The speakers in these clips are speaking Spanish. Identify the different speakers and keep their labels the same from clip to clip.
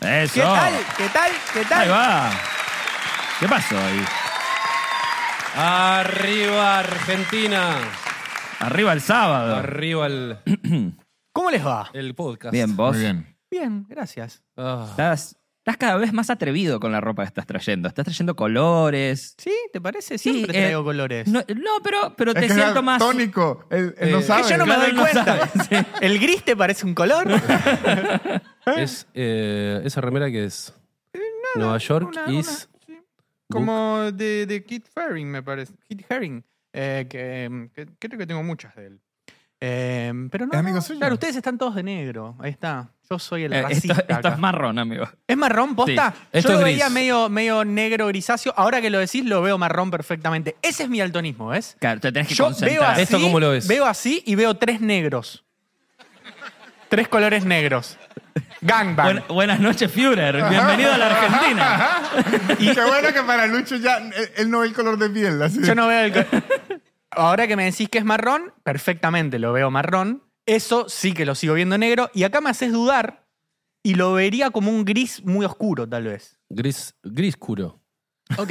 Speaker 1: Eso.
Speaker 2: ¿Qué tal? ¿Qué tal? ¿Qué
Speaker 1: Ahí
Speaker 2: tal?
Speaker 1: va. ¿Qué pasó ahí?
Speaker 3: Arriba Argentina.
Speaker 1: Arriba el sábado.
Speaker 3: Arriba el,
Speaker 2: ¿Cómo les va?
Speaker 3: el podcast.
Speaker 4: Bien, vos.
Speaker 5: Muy bien.
Speaker 2: Bien, gracias.
Speaker 3: Ah,
Speaker 4: Estás, estás cada vez más atrevido con la ropa que estás trayendo. Estás trayendo colores.
Speaker 2: ¿Sí? ¿Te parece?
Speaker 4: Sí,
Speaker 2: Siempre
Speaker 4: eh,
Speaker 2: traigo colores.
Speaker 4: No, no, pero, pero te
Speaker 5: es que
Speaker 4: siento
Speaker 5: era
Speaker 4: más. Eh,
Speaker 5: tónico. Él, él no
Speaker 3: Eh,
Speaker 5: sabe.
Speaker 2: Que yo no me
Speaker 4: Claro,
Speaker 2: doy
Speaker 4: él no
Speaker 2: cuenta. El gris te parece un color.
Speaker 3: es, eh, esa remera que es Nueva York
Speaker 2: una-
Speaker 3: is
Speaker 6: Como de, de Kit Haring, me parece.
Speaker 2: Kit Haring. eh, que, que- creo que tengo muchas de él. Eh, pero no,
Speaker 5: Es amigo
Speaker 2: no,
Speaker 5: suyo.
Speaker 2: Claro, ustedes están todos de negro. Ahí está. Yo soy el
Speaker 4: Eh, esto,
Speaker 2: racista.
Speaker 4: esto
Speaker 2: acá.
Speaker 4: es marrón, amigo.
Speaker 2: ¿Es marrón posta?
Speaker 3: Sí, esto
Speaker 2: Yo lo
Speaker 3: es
Speaker 2: veía
Speaker 3: gris.
Speaker 2: medio, medio negro grisáceo. Ahora que lo decís, lo veo marrón perfectamente. Ese es mi daltonismo, ¿ves?
Speaker 4: Claro, te tenés que
Speaker 2: Yo veo
Speaker 4: concentrar.
Speaker 2: así,
Speaker 3: ¿Esto cómo lo ves?
Speaker 2: veo así y veo tres negros. Tres colores negros. Gangbang.
Speaker 1: Buen- buenas noches, Führer. Bienvenido a la Argentina.
Speaker 5: Ah, Y qué bueno que para Lucho ya él, él no ve el color de piel. Así.
Speaker 2: Yo no veo el... co- Ahora que me decís que es marrón, perfectamente lo veo marrón. Eso sí que lo sigo viendo negro. Y acá me haces dudar y lo vería como un gris muy oscuro, tal vez.
Speaker 3: gris, gris curo.
Speaker 2: Ok.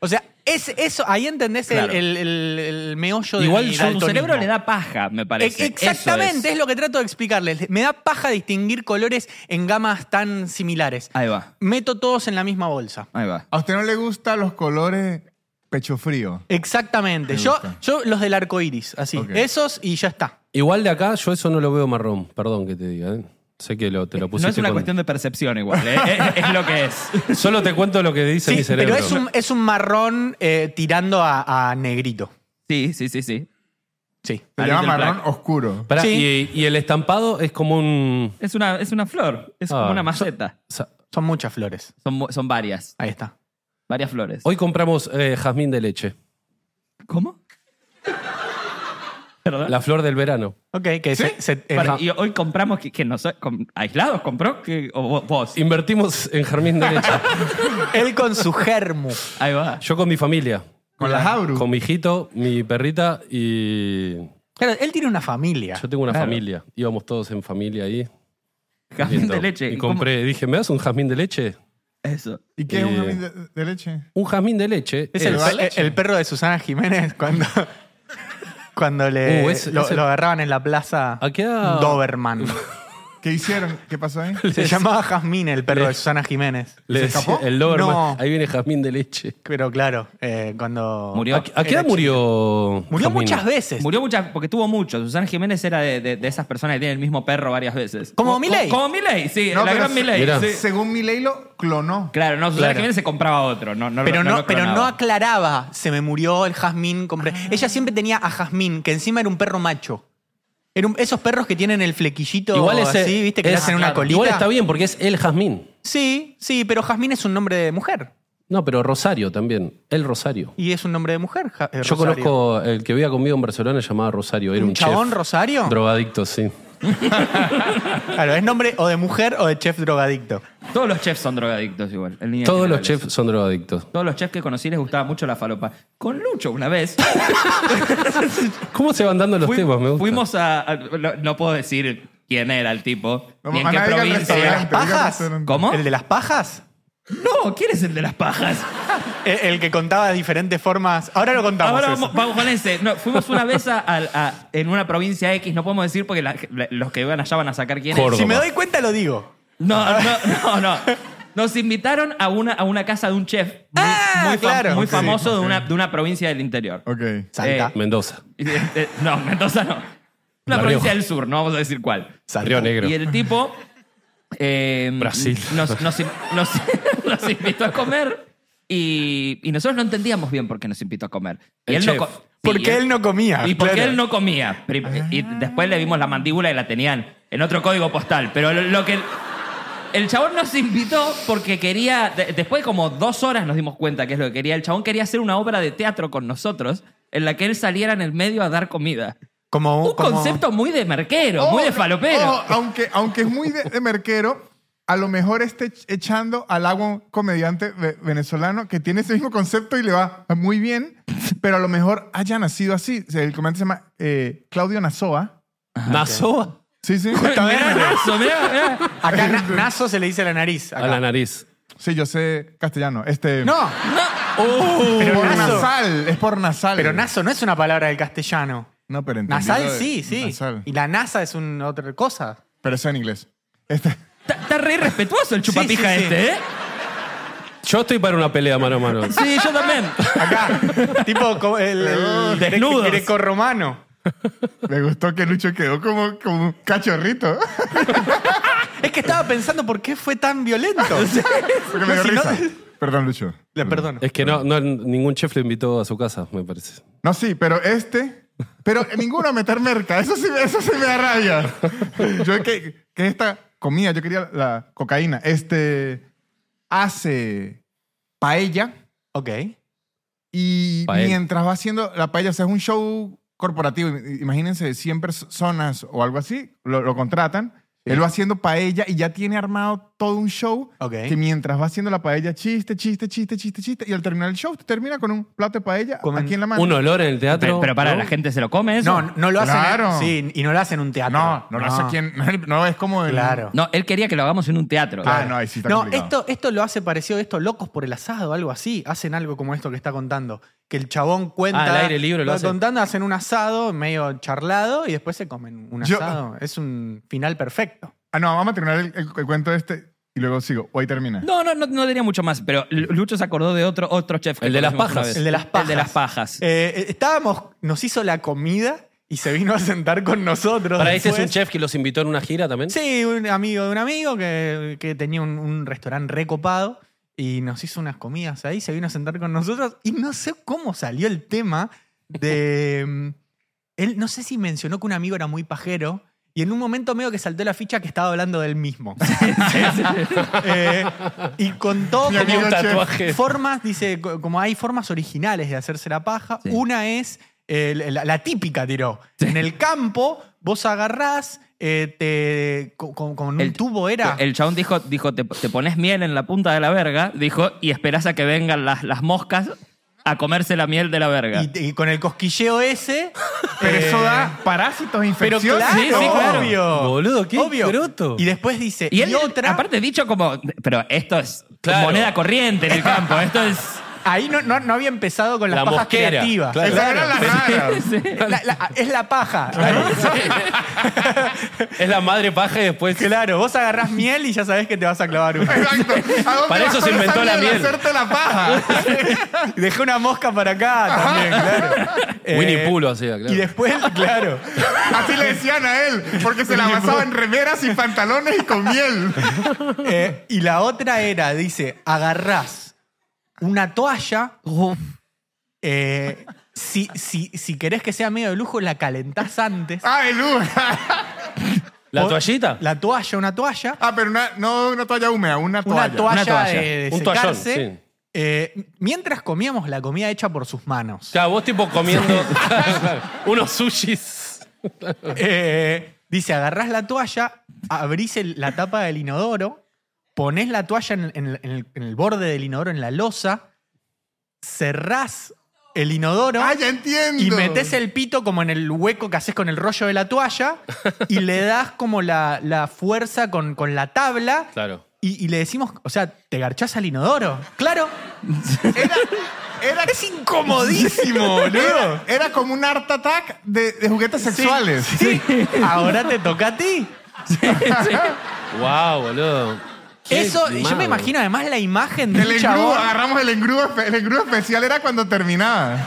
Speaker 2: O sea, es eso, ahí entendés el-
Speaker 4: Claro.
Speaker 2: el, el- el meollo de
Speaker 4: Igual
Speaker 2: mi
Speaker 4: su- su
Speaker 2: daltonismo.
Speaker 4: cerebro le da paja, me parece.
Speaker 2: E-
Speaker 4: Eso es.
Speaker 2: Exactamente, es. lo que trato de explicarles. Me da paja distinguir colores en gamas tan similares.
Speaker 4: Ahí va,
Speaker 2: Meto todos en la misma bolsa.
Speaker 4: ahí va.
Speaker 5: ¿A usted no le gustan los colores pecho frío?
Speaker 2: Exactamente.
Speaker 5: Me
Speaker 2: Yo,
Speaker 5: gusta.
Speaker 2: yo los del arco iris, así.
Speaker 5: Ok.
Speaker 2: Esos y ya está.
Speaker 3: Igual de acá, yo eso no lo veo marrón. Perdón que te diga. ¿eh? Sé que lo, te lo pusiste.
Speaker 4: No es una
Speaker 3: con-
Speaker 4: cuestión de percepción igual, eh, eh, es, lo que es.
Speaker 3: Solo te cuento lo que dice
Speaker 2: Sí,
Speaker 3: mi cerebro.
Speaker 2: pero es un, es un marrón eh, tirando a, a negrito.
Speaker 4: Sí, sí, sí, sí.
Speaker 2: Sí.
Speaker 5: Se
Speaker 4: A
Speaker 5: llama
Speaker 4: Little
Speaker 5: marrón
Speaker 4: Black.
Speaker 5: oscuro.
Speaker 3: Pará,
Speaker 2: Sí.
Speaker 3: y, y el estampado es como un.
Speaker 4: Es una, es una flor, es
Speaker 3: Ah.
Speaker 4: como una maceta.
Speaker 3: sa-
Speaker 2: Son muchas flores.
Speaker 4: Son, mu- son varias,
Speaker 2: Ahí está.
Speaker 4: varias flores.
Speaker 3: Hoy compramos eh, jazmín de leche,
Speaker 4: ¿Cómo? Perdón.
Speaker 3: la flor del verano.
Speaker 2: Ok, que se, se- eh,
Speaker 4: Para,
Speaker 2: ja-
Speaker 4: y hoy compramos que, que no sé, com- aislados compró que o vo- vos.
Speaker 3: Invertimos en jazmín de leche.
Speaker 2: él con su germu.
Speaker 4: Ahí va.
Speaker 3: Yo con mi familia.
Speaker 5: Con las abru.
Speaker 3: Con mi hijito, mi perrita y
Speaker 2: Claro, él tiene una familia.
Speaker 3: yo tengo una
Speaker 4: Claro.
Speaker 3: familia. Íbamos todos en familia ahí.
Speaker 4: Jazmín de
Speaker 3: Lindo.
Speaker 4: leche.
Speaker 3: Y
Speaker 4: ¿Cómo?
Speaker 3: compré, dije, ¿me das un jazmín de leche?
Speaker 4: Eso.
Speaker 5: ¿Y qué es un
Speaker 3: Eh.
Speaker 5: jazmín de, de leche?
Speaker 3: Un jazmín de leche.
Speaker 2: Es el,
Speaker 3: es-
Speaker 2: pe- el perro de Susana Jiménez cuando, cuando le,
Speaker 3: Uh, es-
Speaker 2: lo,
Speaker 3: es el-
Speaker 2: lo agarraban en la plaza
Speaker 3: ¿A qué edad?
Speaker 2: Doberman.
Speaker 5: ¿Qué hicieron? ¿Qué pasó ahí?
Speaker 2: Se llamaba Jazmín el perro
Speaker 3: Le-
Speaker 2: de Susana Jiménez.
Speaker 3: le
Speaker 5: ¿Se
Speaker 3: decía-
Speaker 5: escapó?
Speaker 3: el Doberman.
Speaker 2: No.
Speaker 3: Ahí viene jazmín de leche.
Speaker 2: Pero claro, eh, cuando...
Speaker 4: Murió.
Speaker 3: ¿A, qué- a qué edad murió?
Speaker 2: Murió
Speaker 3: Jazmín?
Speaker 2: muchas veces.
Speaker 4: Murió muchas, porque tuvo muchos. Susana Jiménez era de, de- de esas personas que tienen el mismo perro varias veces.
Speaker 2: Como
Speaker 4: Co-
Speaker 2: Milei.
Speaker 4: Como Milei, sí,
Speaker 5: No,
Speaker 4: la
Speaker 5: pero
Speaker 4: gran
Speaker 5: se-
Speaker 4: Milei.
Speaker 3: Mirá.
Speaker 4: sí.
Speaker 5: Según Milei lo clonó.
Speaker 4: Claro, no, Susana
Speaker 2: Claro.
Speaker 4: Jiménez se compraba otro. No, no lo-
Speaker 2: Pero no,
Speaker 4: lo
Speaker 2: pero no
Speaker 4: clonaba.
Speaker 2: aclaraba, se me murió el jazmín. compré.
Speaker 3: Ah.
Speaker 2: Ella siempre tenía a jazmín, que encima era un perro macho. Era un- esos perros que tienen el flequillito
Speaker 3: Igual ese-
Speaker 2: así, ¿viste? Que le
Speaker 3: es-
Speaker 2: hacen una
Speaker 3: claro.
Speaker 2: colita.
Speaker 3: Igual está bien porque es el jazmín.
Speaker 2: Sí, sí, pero jazmín es un nombre de mujer.
Speaker 3: No, pero Rosario también. El Rosario.
Speaker 2: Y es un nombre de mujer. ja- eh,
Speaker 3: Yo
Speaker 2: Rosario.
Speaker 3: conozco el que vivía conmigo en Barcelona se llamaba Rosario. Era
Speaker 2: ¿Un
Speaker 3: un,
Speaker 2: chabón
Speaker 3: chef.
Speaker 2: Rosario?
Speaker 3: Drogadicto, sí.
Speaker 2: Claro, es nombre o de mujer o de chef drogadicto.
Speaker 4: Todos los chefs son drogadictos igual. en líneas
Speaker 3: Todos los
Speaker 4: generales.
Speaker 3: chefs son drogadictos.
Speaker 4: Todos los chefs que conocí les gustaba mucho la falopa. Con Lucho una vez
Speaker 3: ¿Cómo se van dando los
Speaker 4: fui-
Speaker 3: temas? Me gusta.
Speaker 4: fuimos a, a- no, no puedo decir quién era el tipo, ni en
Speaker 5: a
Speaker 4: qué
Speaker 5: nadie diga el
Speaker 4: provincia.
Speaker 5: restaurante, diga el
Speaker 2: ¿Pajas?
Speaker 5: restaurante.
Speaker 4: ¿Cómo?
Speaker 2: ¿El de las pajas?
Speaker 4: No, ¿quién es el de las pajas?
Speaker 2: El, el que contaba de diferentes formas. Ahora lo contamos.
Speaker 4: Ahora
Speaker 2: eso.
Speaker 4: vamos, vamos con ese. No, fuimos una vez a, a- a- en una provincia X, no podemos decir porque la- la- los que van allá van a sacar quién es.
Speaker 3: Córdoba.
Speaker 2: Si me doy cuenta, lo digo.
Speaker 4: No, no, no, no. Nos invitaron a una, a una casa de un chef muy,
Speaker 2: Ah,
Speaker 4: muy fam-
Speaker 2: claro.
Speaker 4: muy
Speaker 2: Ok,
Speaker 4: famoso De, una, de una provincia del interior.
Speaker 5: Ok.
Speaker 2: Salta.
Speaker 4: Eh,
Speaker 3: Mendoza.
Speaker 4: Eh, eh, No, Mendoza no. Una
Speaker 3: La
Speaker 4: provincia
Speaker 3: Rioja.
Speaker 4: del sur, no vamos a decir cuál.
Speaker 2: Salta.
Speaker 3: Río Negro.
Speaker 4: Y el tipo. eh,
Speaker 3: Brasil.
Speaker 4: Nos, nos in- nos- nos invitó a comer y, y nosotros no entendíamos bien por qué nos invitó a comer. Y
Speaker 3: El
Speaker 4: él no
Speaker 3: chef.
Speaker 4: co- sí,
Speaker 2: Porque
Speaker 4: él-
Speaker 2: él no comía.
Speaker 4: Y porque
Speaker 2: claro. Ah.
Speaker 4: él no comía. Prim- Y después le vimos la mandíbula y la tenían en otro código postal. Pero lo, lo que. El chabón nos invitó porque quería. de- después, de como dos horas, nos dimos cuenta que es lo que quería. El chabón quería hacer una obra de teatro con nosotros en la que él saliera en el medio a dar comida.
Speaker 2: Como
Speaker 4: Un
Speaker 2: Oh, como-
Speaker 4: concepto muy de merquero,
Speaker 5: Oh,
Speaker 4: muy de
Speaker 5: no,
Speaker 4: falopero.
Speaker 5: oh, aunque, aunque es muy de, de merquero, a lo mejor esté ech- echando al agua un comediante ve- venezolano que tiene ese mismo concepto y le va muy bien, pero a lo mejor haya nacido así. O sea, El comediante se llama eh, Claudio Nazoa.
Speaker 3: Nazoa.
Speaker 5: Sí, sí.
Speaker 4: Mirá eso, mirá, mirá.
Speaker 2: Acá na- nazo se le dice a la nariz. acá.
Speaker 3: A la nariz.
Speaker 5: Sí, yo sé castellano. Este,
Speaker 2: No,
Speaker 4: oh,
Speaker 2: pero
Speaker 5: por
Speaker 2: nazo.
Speaker 5: nasal. Es por nasal.
Speaker 2: Pero nazo no es una palabra del castellano.
Speaker 5: No, pero entendí
Speaker 2: Nasal
Speaker 5: lo de-
Speaker 2: sí, sí.
Speaker 5: nasal.
Speaker 2: Y la NASA es un- otra cosa.
Speaker 5: Pero eso en inglés. Este,
Speaker 4: Está- Está re respetuoso el chupapija
Speaker 2: Sí, sí, sí.
Speaker 4: este, ¿eh?
Speaker 3: Yo estoy para una pelea mano a mano.
Speaker 4: Sí, yo también.
Speaker 2: Acá, tipo co- el, el
Speaker 4: Desnudos.
Speaker 2: gre- grecorromano.
Speaker 5: me gustó que Lucho quedó como, como un cachorrito.
Speaker 2: Es que estaba pensando por qué fue tan violento.
Speaker 5: Porque me dio
Speaker 2: Si no-
Speaker 5: risa. Perdón, Lucho.
Speaker 2: Le perdono.
Speaker 3: Es que no, no, ningún chef lo invitó a su casa, me parece.
Speaker 5: No, sí, pero este. Pero ninguno a meter merca. Eso sí, eso sí me da rabia. Yo que, que esta comida, yo quería la cocaína. Este hace paella
Speaker 2: Ok.
Speaker 5: y
Speaker 3: Paella.
Speaker 5: mientras va haciendo la paella, o sea, es un show corporativo. im- Imagínense, 100 personas o algo así, lo, lo contratan. Él va haciendo paella y ya tiene armado todo un show
Speaker 2: Ok.
Speaker 5: que mientras va haciendo la paella, chiste, chiste, chiste, chiste, chiste. Y al terminar el show, termina con un plato de paella
Speaker 2: Comen-
Speaker 5: aquí en la mano.
Speaker 3: Un olor en el teatro.
Speaker 4: Pero, pero para,
Speaker 3: ¿no?
Speaker 4: ¿la gente se lo come eso?
Speaker 2: No, no lo hacen.
Speaker 5: Claro.
Speaker 2: Sí, y no lo hacen en un teatro.
Speaker 5: No, no, lo hace aquí en- No, es como. en-
Speaker 2: Ah, Claro.
Speaker 4: No, él quería que lo hagamos en un teatro.
Speaker 5: Ah, no, ahí sí está
Speaker 2: No,
Speaker 5: complicado.
Speaker 2: esto, esto lo hace parecido a esto, locos por el asado, algo así. Hacen algo como esto que está contando. Que el chabón cuenta.
Speaker 3: Ah, al aire libre lo
Speaker 2: va
Speaker 3: hacen.
Speaker 2: contando, hacen un asado medio charlado y después se comen un
Speaker 5: Yo-
Speaker 2: asado. Es un final perfecto.
Speaker 5: Ah, no, vamos a terminar el, el- el cuento este y luego sigo. Hoy termina.
Speaker 4: No, no, no, no tenía mucho más, pero L- Lucho se acordó de otro, otro chef. que
Speaker 3: El de las
Speaker 4: conocimos una
Speaker 3: pajas.
Speaker 4: vez.
Speaker 2: El de las pajas.
Speaker 4: El de las pajas.
Speaker 2: Eh, estábamos, nos hizo la comida y se vino a sentar con nosotros.
Speaker 3: Para ese es un
Speaker 2: después.
Speaker 3: chef que los invitó en una gira también.
Speaker 2: Sí, un amigo de un amigo que, que tenía un, un restaurante recopado y nos hizo unas comidas ahí, se vino a sentar con nosotros y no sé cómo salió el tema de... mm, Él no sé si mencionó que un amigo era muy pajero y en un momento medio que saltó la ficha que estaba hablando del mismo. Eh, y contó
Speaker 5: Mi
Speaker 2: como
Speaker 5: amigo chef.
Speaker 3: tatuaje.
Speaker 2: formas, dice, co- como hay formas originales de hacerse la paja.
Speaker 4: Sí.
Speaker 2: Una es eh, la, la típica, tiró. En el campo, vos agarrás, eh, te, co- con, con un
Speaker 4: El-
Speaker 2: tubo era.
Speaker 4: El chabón dijo, dijo te, te pones miel en la punta de la verga, dijo, y esperás a que vengan las, las moscas a comerse la miel de la verga.
Speaker 2: y, y con el cosquilleo ese.
Speaker 5: Pero
Speaker 2: eh,
Speaker 5: eso da parásitos,
Speaker 2: Pero
Speaker 5: infecciones.
Speaker 2: claro,
Speaker 4: Sí, sí, claro.
Speaker 2: obvio.
Speaker 3: Boludo, qué
Speaker 2: obvio.
Speaker 3: escroto.
Speaker 2: Y después dice, y,
Speaker 4: Y él,
Speaker 2: otra.
Speaker 4: aparte dicho como, pero esto es
Speaker 3: Claro.
Speaker 4: moneda corriente en el campo, esto es...
Speaker 2: ahí no, no, no había empezado con las
Speaker 3: La
Speaker 2: pajas
Speaker 3: mosquera,
Speaker 2: creativas.
Speaker 3: claro.
Speaker 5: Esas eran las raras.
Speaker 2: La- la- es la paja.
Speaker 3: Es la madre paja y después.
Speaker 2: Claro, vos agarrás miel y ya sabés que te vas a clavar una.
Speaker 5: Exacto. ¿A dónde
Speaker 3: Para eso
Speaker 5: vas
Speaker 3: se
Speaker 5: con
Speaker 3: inventó
Speaker 5: esa
Speaker 3: la
Speaker 5: mierda de
Speaker 3: miel.
Speaker 5: hacerte la paja.
Speaker 2: Dejé una mosca para acá también, claro.
Speaker 3: Winnie
Speaker 2: Eh,
Speaker 3: Pulo hacía, claro.
Speaker 2: Y después, claro.
Speaker 5: Así le decían a él, porque se la basaba en remeras y pantalones y con miel.
Speaker 2: Eh, y la otra era, dice, agarrás una toalla. eh, si, si, si querés que sea medio de lujo, la calentás antes.
Speaker 5: Ah, el hú-
Speaker 3: ¿La toallita?
Speaker 2: La toalla, una toalla.
Speaker 5: Ah, pero una- no una toalla húmeda, una toalla.
Speaker 2: Una toalla,
Speaker 4: Una toalla.
Speaker 2: de, de
Speaker 3: Un toallón,
Speaker 2: secarse.
Speaker 3: sí.
Speaker 2: Eh, mientras comíamos la comida hecha por sus manos.
Speaker 3: Claro, vos tipo comiendo unos sushis.
Speaker 2: Eh, dice, agarrás la toalla, abrís el- la tapa del inodoro, ponés la toalla en, en el- en el, en el borde del inodoro, en la losa, cerrás el inodoro
Speaker 5: Ah, ya entiendo.
Speaker 2: y metés el pito como en el hueco que haces con el rollo de la toalla y le das como la, la fuerza con, con la tabla.
Speaker 3: Claro.
Speaker 2: Y, y le decimos, o sea, ¿te garchás al inodoro? Claro.
Speaker 5: Era, era,
Speaker 2: Es incomodísimo, boludo.
Speaker 5: era, era como un art attack de, de juguetes sexuales.
Speaker 2: Sí. Ahora te toca a ti.
Speaker 3: Wow, boludo. Qué
Speaker 2: Eso, y yo
Speaker 3: malo.
Speaker 2: me imagino además la imagen de
Speaker 5: El
Speaker 2: un
Speaker 5: engrudo,
Speaker 2: chabón.
Speaker 5: agarramos el engrudo, espe- el engrudo especial era cuando terminaba.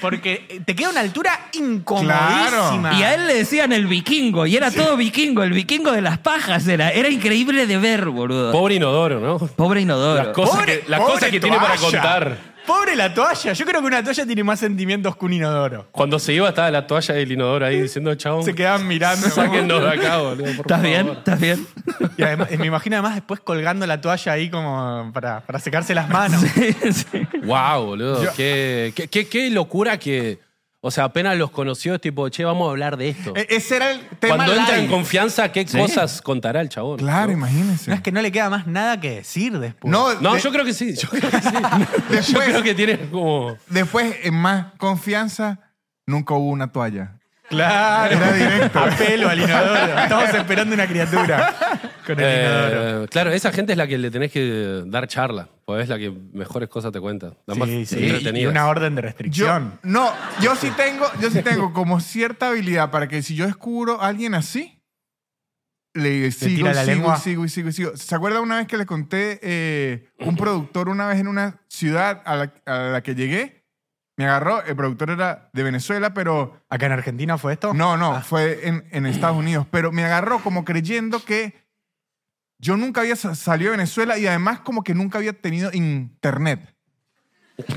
Speaker 2: Porque eh, te queda una altura incomodísima.
Speaker 3: Ah.
Speaker 4: Y a él le decían el vikingo, y era todo vikingo, el vikingo de las pajas era. Era increíble de ver, boludo.
Speaker 3: Pobre inodoro, ¿no?
Speaker 4: Pobre inodoro.
Speaker 3: Las cosas
Speaker 2: Pobre-
Speaker 3: que, las
Speaker 5: pobre
Speaker 3: cosas que tiene para
Speaker 5: toalla.
Speaker 3: contar.
Speaker 2: Pobre la toalla. Yo creo que una toalla tiene más sentimientos que un inodoro.
Speaker 3: Cuando se iba estaba la toalla del inodoro ahí diciendo, chabón,
Speaker 2: Se quedan mirando.
Speaker 3: sáquennos de acá, boludo. por
Speaker 4: ¿Estás bien?
Speaker 3: favor".
Speaker 4: ¿Estás bien?
Speaker 2: Y además- me imagino además después colgando la toalla ahí como para, para secarse las manos.
Speaker 4: Sí.
Speaker 3: Wow, boludo. Qué, qué, qué- qué locura que. O sea, apenas los conoció, es tipo, che, vamos a hablar de esto.
Speaker 2: Eh,
Speaker 5: E- Ese era el tema
Speaker 3: Cuando entra en
Speaker 5: live.
Speaker 3: confianza, ¿qué cosas contará el chabón?
Speaker 5: Claro, imagínense.
Speaker 2: No es que no le queda más nada que decir después.
Speaker 5: No,
Speaker 3: No,
Speaker 5: de-
Speaker 3: yo creo que sí. Yo creo que sí. yo
Speaker 5: Después-
Speaker 3: creo que tiene como.
Speaker 5: después en más confianza nunca hubo una toalla.
Speaker 2: Claro.
Speaker 5: Era directo.
Speaker 2: A pelo al inodoro. Estamos esperando una criatura con el inodoro.
Speaker 3: Eh, claro, esa gente es la que le tenés que dar charla, porque es la que mejores cosas te cuenta. La más
Speaker 2: Sí, sí. Y
Speaker 3: entretenida.
Speaker 2: una orden de
Speaker 5: Yo,
Speaker 2: restricción.
Speaker 5: no, yo sí tengo, yo sí tengo como cierta habilidad para que si yo descubro a alguien así, le sigo,
Speaker 2: tira
Speaker 5: y
Speaker 2: la
Speaker 5: sigo,
Speaker 2: lengua.
Speaker 5: y sigo, y sigo, y sigo. ¿Se acuerda una vez que les conté eh, un productor una vez en una ciudad a la, a la que llegué? Me agarró, el productor era de Venezuela, pero
Speaker 2: ¿Acá en Argentina fue esto?
Speaker 5: no, no,
Speaker 3: Ah.
Speaker 5: fue en, en Estados Unidos. Pero me agarró como creyendo que yo nunca había sa- salido de Venezuela y además como que nunca había tenido internet.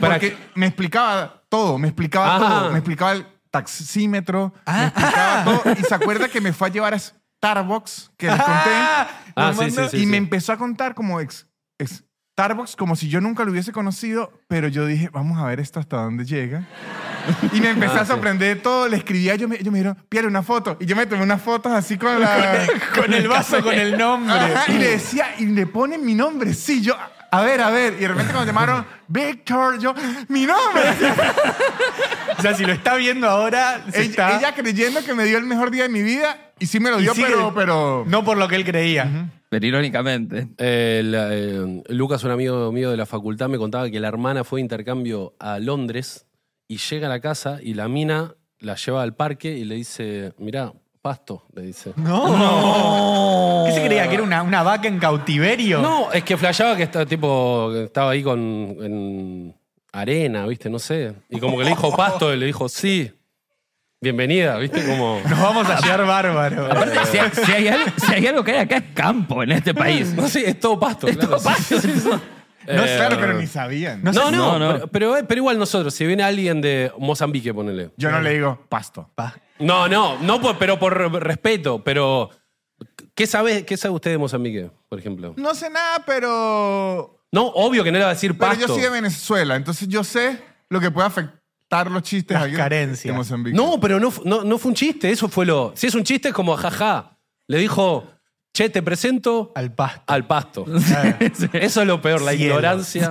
Speaker 3: Para
Speaker 5: Porque
Speaker 3: que-
Speaker 5: me explicaba todo, me explicaba
Speaker 3: Ah.
Speaker 5: todo. Me explicaba el taxímetro, me explicaba todo. Y se acuerda que me fue a llevar a Starbucks, que les conté.
Speaker 3: Ah,
Speaker 2: Nos
Speaker 3: sí,
Speaker 2: manda-
Speaker 3: sí,
Speaker 5: y me empezó a contar como ex, ex- Starbucks, como si yo nunca lo hubiese conocido, pero yo dije, vamos a ver esto hasta dónde llega. Y me empecé
Speaker 3: Ah,
Speaker 5: a sorprender de todo, le escribía, yo me, yo me dijeron, pídale una foto. Y yo me tomé unas fotos así con la...
Speaker 2: Con el vaso, con el nombre.
Speaker 5: Ajá, y le decía, y le ponen mi nombre, sí, yo, a ver, a ver. Y de repente cuando llamaron, Víctor, yo, mi nombre.
Speaker 2: O sea, si lo está viendo ahora, se
Speaker 5: ella,
Speaker 2: está...
Speaker 5: ella creyendo que me dio el mejor día de mi vida, y sí me lo
Speaker 2: y
Speaker 5: dio,
Speaker 2: sigue-
Speaker 5: pero, pero...
Speaker 2: No por lo que él creía.
Speaker 4: Pero irónicamente.
Speaker 3: Eh, la- eh, Lucas, un amigo mío de la facultad, me contaba que la hermana fue de intercambio a Londres y llega a la casa y la mina la lleva al parque y le dice, mirá, pasto, le dice.
Speaker 2: No. ¿Qué se creía? ¿Que era una, una vaca en cautiverio?
Speaker 3: No, es que flasheaba que estaba, tipo, que estaba ahí con en arena, ¿viste? No sé. Y como que le dijo pasto y le dijo, sí, bienvenida, ¿viste? Como...
Speaker 2: Nos vamos a hallar bárbaro.
Speaker 4: Aparte, si, hay- si hay algo, si hay algo que hay acá es campo en este país.
Speaker 3: No sé, es todo pasto. claro, sí.
Speaker 5: No,
Speaker 3: Eh,
Speaker 5: claro, pero ni sabían.
Speaker 2: no sé
Speaker 3: No,
Speaker 2: si-
Speaker 3: no,
Speaker 4: no, no.
Speaker 3: Pero, pero, eh, pero igual nosotros, si viene alguien de Mozambique, ponele.
Speaker 5: Yo no le digo pasto.
Speaker 2: Pa.
Speaker 3: No, no, no, por- pero por respeto, pero ¿qué sabe, qué sabe usted de Mozambique, por ejemplo?
Speaker 5: No sé nada, pero...
Speaker 3: No, obvio que no le va a decir
Speaker 5: Pero
Speaker 3: pasto.
Speaker 5: yo soy de Venezuela, entonces yo sé lo que puede afectar los chistes
Speaker 2: Las
Speaker 5: a alguien
Speaker 2: carencias.
Speaker 5: de Mozambique.
Speaker 3: no, pero no, fu- no, no fue un chiste, eso fue lo. Si es un chiste es como jaja. Le dijo, che, te presento al,
Speaker 2: Al pasto.
Speaker 3: pasto. Eso es lo peor, la
Speaker 2: Cielo.
Speaker 3: ignorancia.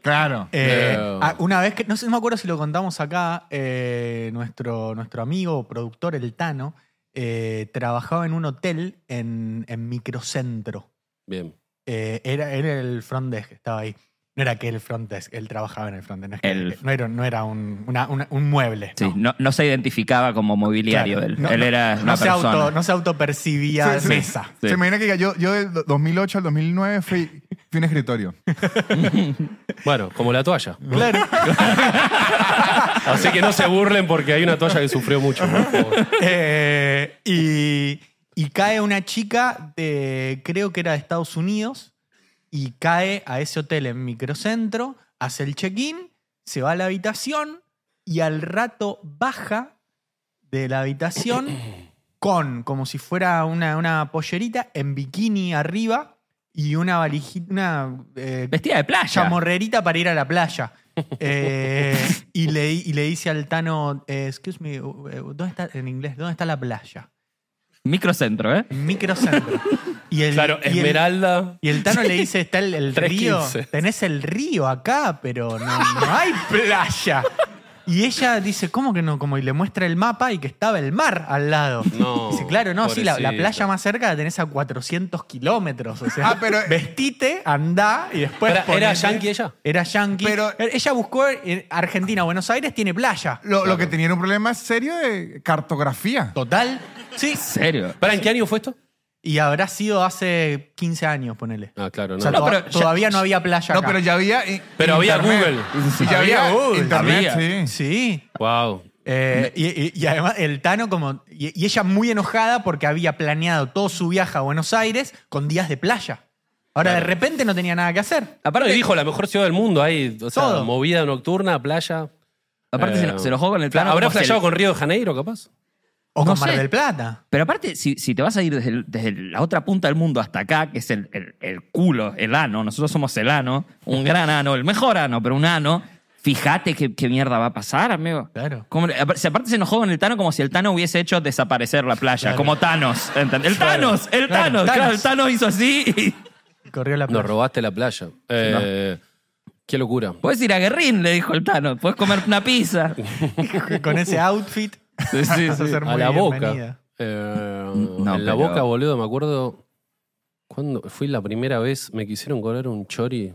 Speaker 5: Claro.
Speaker 2: Eh,
Speaker 3: Pero-
Speaker 2: ah, una vez que, no sé, no me acuerdo si lo contamos acá, eh, nuestro, nuestro amigo productor, el Tano, eh, trabajaba en un hotel en, en Microcentro.
Speaker 3: Bien.
Speaker 2: Eh, era, era el front desk, estaba ahí. No era que el front desk, él trabajaba en el front desk. No, es que-
Speaker 4: El-
Speaker 2: no era, no era un, una- una- un mueble.
Speaker 4: Sí,
Speaker 2: no.
Speaker 4: no, no se identificaba como mobiliario
Speaker 2: Claro,
Speaker 4: él.
Speaker 2: no,
Speaker 4: él
Speaker 2: no,
Speaker 4: era
Speaker 2: no
Speaker 4: una
Speaker 2: se
Speaker 4: persona.
Speaker 2: auto, no se autopercibía
Speaker 5: Sí, sí.
Speaker 2: mesa.
Speaker 4: Sí.
Speaker 5: Se imagina que yo, yo del do- 2008 al 2009 fui, fui un escritorio.
Speaker 3: Bueno, como la toalla.
Speaker 2: Claro.
Speaker 3: Así que no se burlen porque hay una toalla que sufrió mucho. por favor.
Speaker 2: Eh, y, y cae una chica de, creo que era de Estados Unidos, y cae a ese hotel en microcentro, hace el check-in, se va a la habitación y al rato baja de la habitación con, como si fuera una, una pollerita, en bikini arriba y una valijita, una eh,
Speaker 4: Vestida de playa.
Speaker 2: chamorrerita para ir a la playa. Eh, y, le, y le dice al Tano, eh, excuse me, eh, ¿dónde está, en inglés, ¿dónde está la playa?
Speaker 4: Microcentro, ¿eh?
Speaker 2: Microcentro. Y el,
Speaker 3: Claro,
Speaker 2: y el-
Speaker 3: Esmeralda.
Speaker 2: Y el, Tano le dice, está el, el río,
Speaker 3: 3.15.
Speaker 2: tenés el río acá, pero no, no hay playa. Y ella dice, ¿cómo que no? Como y le muestra el mapa y que estaba el mar al lado.
Speaker 3: No,
Speaker 2: Dice, claro, no, sí, la, la
Speaker 3: pobrecita.
Speaker 2: playa más cerca la tenés a 400 kilómetros. O sea,
Speaker 5: Ah, pero-
Speaker 2: vestite, andá y después.
Speaker 3: Pará, ¿era
Speaker 2: ponete-
Speaker 3: yankee ella?
Speaker 2: Era yankee.
Speaker 5: Pero-
Speaker 2: ella buscó en Argentina, Buenos Aires tiene playa.
Speaker 5: Lo, lo que tenía era un problema serio de cartografía.
Speaker 2: Total. Sí.
Speaker 4: ¿En serio?
Speaker 3: ¿Para en qué año fue esto?
Speaker 2: Y habrá sido hace 15 años, ponele.
Speaker 3: Ah, claro,
Speaker 2: O
Speaker 3: no.
Speaker 2: sea,
Speaker 4: No,
Speaker 2: to-
Speaker 4: pero ya-
Speaker 2: todavía no había playa.
Speaker 5: No,
Speaker 2: acá.
Speaker 5: pero ya había. i-
Speaker 3: Pero había
Speaker 5: internet.
Speaker 3: Google.
Speaker 5: Y ya
Speaker 2: Había
Speaker 5: había,
Speaker 2: Google.
Speaker 5: internet,
Speaker 4: Había.
Speaker 5: sí.
Speaker 2: Sí.
Speaker 3: Wow.
Speaker 2: Eh, y, y- y además el Tano como... Y, y ella muy enojada porque había planeado todo su viaje a Buenos Aires con días de playa. Ahora de repente no tenía nada que hacer.
Speaker 3: Aparte dijo la mejor ciudad del mundo, ahí, o sea,
Speaker 2: Todo.
Speaker 3: movida nocturna, playa.
Speaker 4: Aparte, se,
Speaker 3: Eh,
Speaker 4: lo- se enojó con el plano.
Speaker 3: ¿Habrá
Speaker 4: como se-
Speaker 3: flasheado con Río de Janeiro, capaz?
Speaker 2: O
Speaker 4: No
Speaker 2: con Mar
Speaker 4: sé.
Speaker 2: del Plata.
Speaker 4: Pero aparte, si, si te vas a ir desde, el- desde la otra punta del mundo hasta acá, que es el, el- el culo, el ano, nosotros somos el ano, un gran ano, el mejor ano, pero un ano, fíjate qué, qué mierda va a pasar, amigo.
Speaker 2: Claro.
Speaker 4: Como- apar- si aparte se enojó con el Tano como si el Tano hubiese hecho desaparecer la playa,
Speaker 2: Claro.
Speaker 4: como Thanos. ¿entendés? El Thanos, el
Speaker 2: Claro,
Speaker 4: Thanos, claro,
Speaker 2: Thanos.
Speaker 4: el Thanos hizo así. y-
Speaker 2: Corrió la
Speaker 3: Nos
Speaker 2: playa.
Speaker 3: robaste la playa. Eh, Qué locura.
Speaker 4: Puedes ir a Guerrín, le dijo el Tano. Puedes comer una pizza.
Speaker 2: con ese outfit.
Speaker 3: Sí, sí,
Speaker 2: Vas a
Speaker 3: sí.
Speaker 2: ser
Speaker 3: A
Speaker 2: muy
Speaker 3: la boca.
Speaker 2: bienvenida.
Speaker 3: Eh,
Speaker 4: No,
Speaker 3: en la
Speaker 4: pero-
Speaker 3: boca, boludo, me acuerdo cuando fui la primera vez, me quisieron cobrar un chori,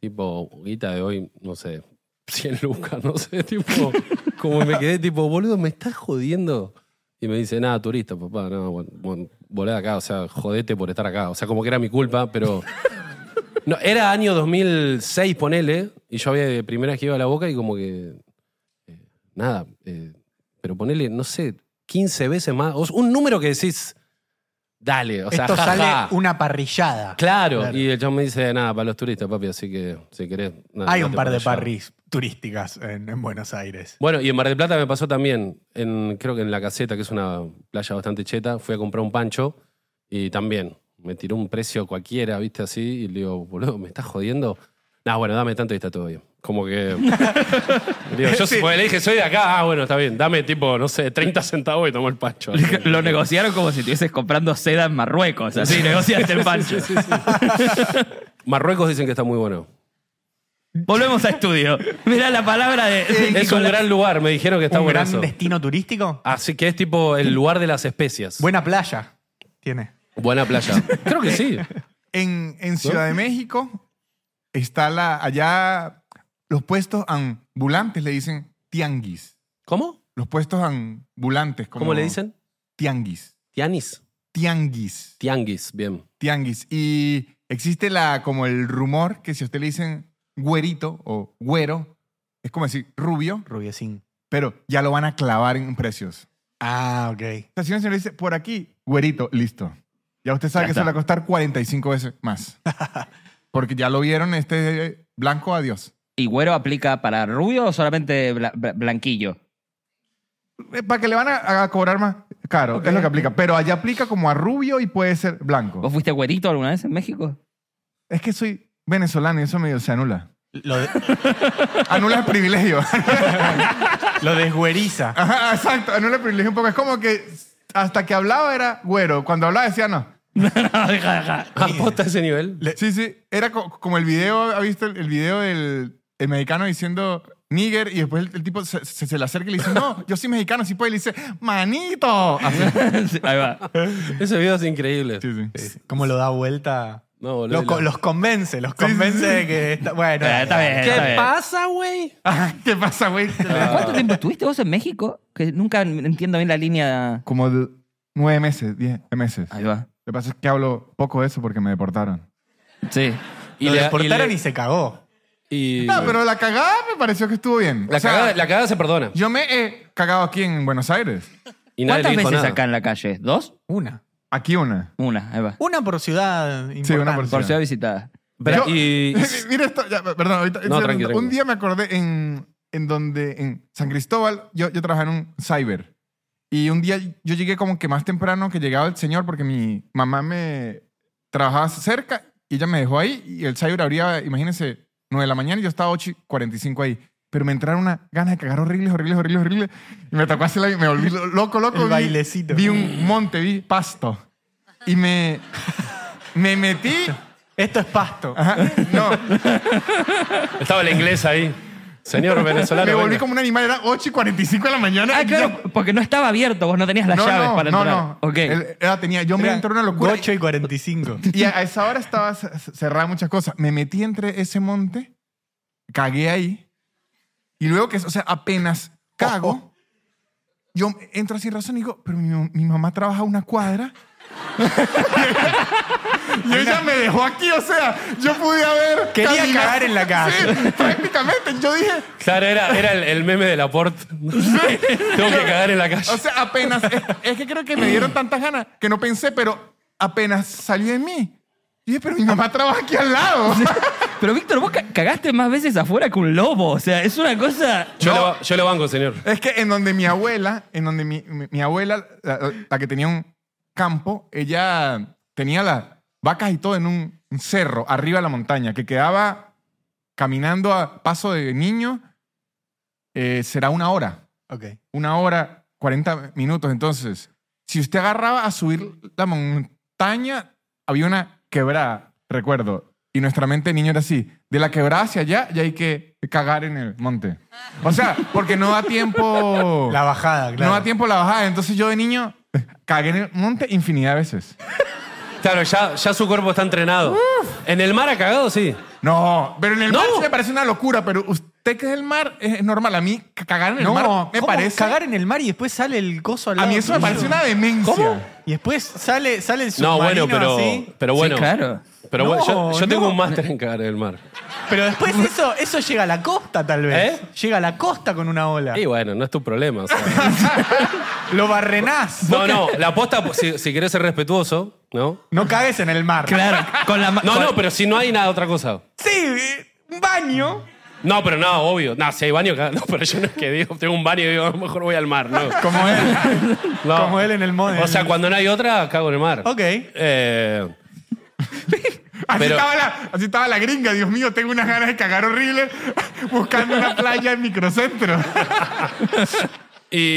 Speaker 3: tipo, guita de hoy, no sé, 100 lucas, no sé, tipo, como me quedé, tipo, boludo, me estás jodiendo. Y me dice, nada, turista, papá, no, bueno, bueno, volé de acá, o sea, jodete por estar acá. O sea, como que era mi culpa, pero... No, era año 2006, ponele, y yo había de primera que iba a la boca y como que nada, eh, pero ponele, no sé, 15 veces más. o sea, un número que decís, dale, o sea,
Speaker 2: Esto
Speaker 3: ja,
Speaker 2: sale
Speaker 3: ja.
Speaker 2: una parrillada.
Speaker 3: Claro.
Speaker 2: Claro.
Speaker 3: y el chabón me dice, nada, para los turistas, papi, así que si querés. nada,
Speaker 2: Hay un
Speaker 3: andate
Speaker 2: par
Speaker 3: para
Speaker 2: de
Speaker 3: allá".
Speaker 2: parris turísticas en, en Buenos Aires.
Speaker 3: Bueno, y en Mar del Plata me pasó también, en, creo que en La Caseta, que es una playa bastante cheta, fui a comprar un pancho y también me tiró un precio cualquiera, viste, así, y le digo, boludo, ¿me estás jodiendo? Nah, bueno, dame tanto y está todo bien. Como que. digo, yo porque le dije, soy de acá, ah, bueno, está bien, dame tipo, no sé, 30 centavos y tomo el pancho. Así.
Speaker 4: Lo negociaron como si estuvieses comprando seda en Marruecos. Así negociaste el pancho.
Speaker 3: Marruecos dicen que está muy bueno.
Speaker 4: Volvemos a estudio. Mirá la palabra de. de
Speaker 3: Es un
Speaker 4: Nicolás.
Speaker 3: gran lugar, me dijeron que está
Speaker 2: ¿Un gran
Speaker 3: buenazo.
Speaker 2: destino turístico?
Speaker 3: Así que es tipo el lugar de las especias.
Speaker 2: Buena playa tiene.
Speaker 3: Buena playa. Creo que sí.
Speaker 5: En, en Ciudad de México está la. Allá los puestos ambulantes le dicen tianguis.
Speaker 3: ¿Cómo?
Speaker 5: Los puestos ambulantes. Como
Speaker 3: ¿Cómo le dicen?
Speaker 5: Tianguis.
Speaker 3: Tianis.
Speaker 5: Tianguis.
Speaker 3: Tianguis, bien.
Speaker 5: Tianguis. Y existe la, como el rumor que si a usted le dicen güerito o güero, es como decir rubio,
Speaker 2: Rubiecín.
Speaker 5: pero ya lo van a clavar en precios.
Speaker 2: Ah, ok.
Speaker 5: O sea, si un señor le dice por aquí, güerito, listo. Ya usted sabe
Speaker 4: Ya
Speaker 5: que
Speaker 4: está.
Speaker 5: se le va a costar 45 veces más. Porque ya lo vieron, este blanco, adiós.
Speaker 4: ¿Y güero aplica para rubio o solamente bla- bla- blanquillo?
Speaker 5: Eh, Para que le van a, a cobrar más caro, es lo que aplica. Pero allá aplica como a rubio y puede ser blanco.
Speaker 4: ¿Vos fuiste güerito alguna vez en México?
Speaker 5: Es que soy venezolano y eso medio se anula.
Speaker 2: Lo, de-
Speaker 5: Anula el privilegio.
Speaker 2: lo desgüeriza.
Speaker 5: Ajá, exacto, anula el privilegio un poco. Es como que hasta que hablaba era güero. Cuando hablaba decía no.
Speaker 3: ¿Aposta Ah, ese nivel?
Speaker 5: Sí, sí. Era co- como el video, ¿ha visto el, el video del el mexicano diciendo nigger? Y después el, el tipo se, se- se le acerca y le dice, no, yo soy mexicano, sí puedo. Y le dice, manito. Así.
Speaker 4: Sí, Ahí va.
Speaker 3: Ese video es increíble.
Speaker 5: Sí, sí.
Speaker 2: ¿Cómo lo da vuelta?
Speaker 3: No, boludo.
Speaker 2: Lo co- los convence, los convence de que está, bueno.
Speaker 4: Eh, está bien, está bien.
Speaker 3: pasa, güey?
Speaker 5: Ajá, ¿Qué pasa, güey?
Speaker 3: Ah.
Speaker 4: ¿Cuánto tiempo estuviste vos en México? Que nunca entiendo bien la línea.
Speaker 5: Como de nueve meses, diez meses.
Speaker 4: Ahí va.
Speaker 5: Lo que pasa es que hablo poco de eso porque me deportaron.
Speaker 4: Sí.
Speaker 2: Y lo deportaron y, se cagó.
Speaker 3: y-
Speaker 5: No, pero la cagada me pareció que estuvo bien.
Speaker 3: la,
Speaker 5: O sea,
Speaker 3: cagada, la cagada se perdona.
Speaker 5: Yo me he cagado aquí en Buenos Aires.
Speaker 3: Y nadie le
Speaker 4: ¿Cuántas
Speaker 3: dijo
Speaker 4: veces
Speaker 3: nada.
Speaker 4: acá en la calle? ¿Dos?
Speaker 2: Una.
Speaker 5: Aquí una.
Speaker 4: Una, ahí va.
Speaker 2: Una por ciudad
Speaker 5: Sí,
Speaker 2: importante.
Speaker 5: una por
Speaker 4: Por ciudad visitada.
Speaker 3: Pero-
Speaker 5: Yo-
Speaker 3: y-
Speaker 5: Mira esto, ya, perdón, ahorita-
Speaker 3: No, tranqui,
Speaker 5: un
Speaker 3: tranqui.
Speaker 5: día me acordé en, en donde, en San Cristóbal, yo, yo trabajaba en un cyber. Y un día yo llegué como que más temprano que llegaba el señor porque mi mamá me trabajaba cerca y ella me dejó ahí y el cyber abría, imagínense, 9 de la mañana y yo estaba 8 y 45 ahí. Pero me entraron unas ganas de cagar horribles, horribles, horribles, horribles. Y me tocó hacer la... Me volví lo- loco, loco.
Speaker 2: El
Speaker 5: vi-
Speaker 2: bailecito.
Speaker 5: Vi un monte, vi pasto. Y me... Me metí...
Speaker 2: Esto es pasto.
Speaker 5: Ajá, no,
Speaker 3: Estaba la inglesa ahí. Señor venezolano.
Speaker 5: me volví
Speaker 3: venga.
Speaker 5: como un animal, era 8 y 45 de la mañana.
Speaker 4: Ah,
Speaker 5: y
Speaker 4: claro,
Speaker 5: yo-
Speaker 4: porque no estaba abierto, vos no tenías las
Speaker 5: no,
Speaker 4: llaves
Speaker 5: no,
Speaker 4: para
Speaker 5: no,
Speaker 4: entrar.
Speaker 5: no.
Speaker 4: Ok.
Speaker 5: Él- era- tenía, yo me entré una locura.
Speaker 2: 8 y 45.
Speaker 5: Y a a esa hora estaba c- c- cerrada muchas cosas. Me metí entre ese monte, cagué ahí. Y luego que, o sea, apenas cago, yo entro sin razón y digo, pero mi, mam- mi mamá trabaja a una cuadra. y ella me dejó aquí, o sea, yo pude haber.
Speaker 2: Quería
Speaker 5: caminado-
Speaker 2: cagar en la calle.
Speaker 5: Sí, prácticamente. Yo dije,
Speaker 3: Claro, era, era el, el meme de la port. Tengo que cagar en la calle.
Speaker 5: O sea, apenas. es, es que creo que me dieron tantas ganas que no pensé, pero apenas salió de mí. Dije, pero mi mamá trabaja aquí al lado.
Speaker 4: Pero Víctor, vos ca- cagaste más veces afuera que un lobo. O sea, es una cosa.
Speaker 3: yo,
Speaker 5: no.
Speaker 3: lo, yo lo banco, señor.
Speaker 5: es que en donde mi abuela, en donde mi, mi- mi abuela, la, la que tenía un campo, ella tenía las vacas y todo en un, un cerro arriba de la montaña que quedaba caminando a paso de niño. eh, será una hora.
Speaker 2: Ok.
Speaker 5: una hora, 40 minutos. Entonces, si usted agarraba a subir la montaña, había una quebrada, recuerdo. Y nuestra mente de niño era así, de la quebrada hacia allá ya hay que cagar en el monte. O sea, porque no da tiempo...
Speaker 2: La bajada, claro.
Speaker 5: No da tiempo la bajada. Entonces yo de niño cagué en el monte infinidad de veces.
Speaker 3: Claro, ya, ya su cuerpo está entrenado. En el mar ha cagado, sí.
Speaker 5: No, pero en el
Speaker 3: No.
Speaker 5: mar sí me parece una locura, pero usted que es el mar es normal. A mí c- cagar en el
Speaker 2: No,
Speaker 5: mar me
Speaker 2: ¿cómo
Speaker 5: parece...
Speaker 2: Cagar en el mar y después sale el coso al
Speaker 5: A
Speaker 2: lado
Speaker 5: mí eso me
Speaker 2: tuyo?
Speaker 5: parece una demencia.
Speaker 2: Y después sale, sale el
Speaker 3: No,
Speaker 2: submarino
Speaker 3: bueno, pero,
Speaker 2: así.
Speaker 3: pero bueno.
Speaker 4: Sí, claro.
Speaker 3: Pero bueno, yo,
Speaker 2: No,
Speaker 3: yo tengo
Speaker 2: no.
Speaker 3: un máster en cagar en el mar.
Speaker 2: Pero después eso, eso llega a la costa, tal vez.
Speaker 3: ¿Eh?
Speaker 2: Llega a la costa con una ola.
Speaker 3: Y bueno, no es tu problema. o sea.
Speaker 2: Lo barrenás.
Speaker 3: No, no, la aposta, si, si querés ser respetuoso, ¿no?
Speaker 2: No cagues en el mar.
Speaker 1: Claro, con la ma-
Speaker 3: No,
Speaker 1: con-
Speaker 3: no, pero si no hay nada, otra cosa.
Speaker 2: Sí, eh, un baño.
Speaker 3: No, pero no, obvio. No, si hay baño, ca- no, pero yo no es que digo, tengo un baño y digo, mejor voy al mar, ¿no?
Speaker 5: Como él.
Speaker 3: No.
Speaker 2: Como él en el modelo.
Speaker 3: O sea, cuando no hay otra, cago en el mar.
Speaker 2: Ok.
Speaker 3: Eh,
Speaker 5: Así,
Speaker 3: Pero-
Speaker 5: estaba la, así estaba la gringa. Dios mío, tengo unas ganas de cagar horrible buscando una playa en microcentro.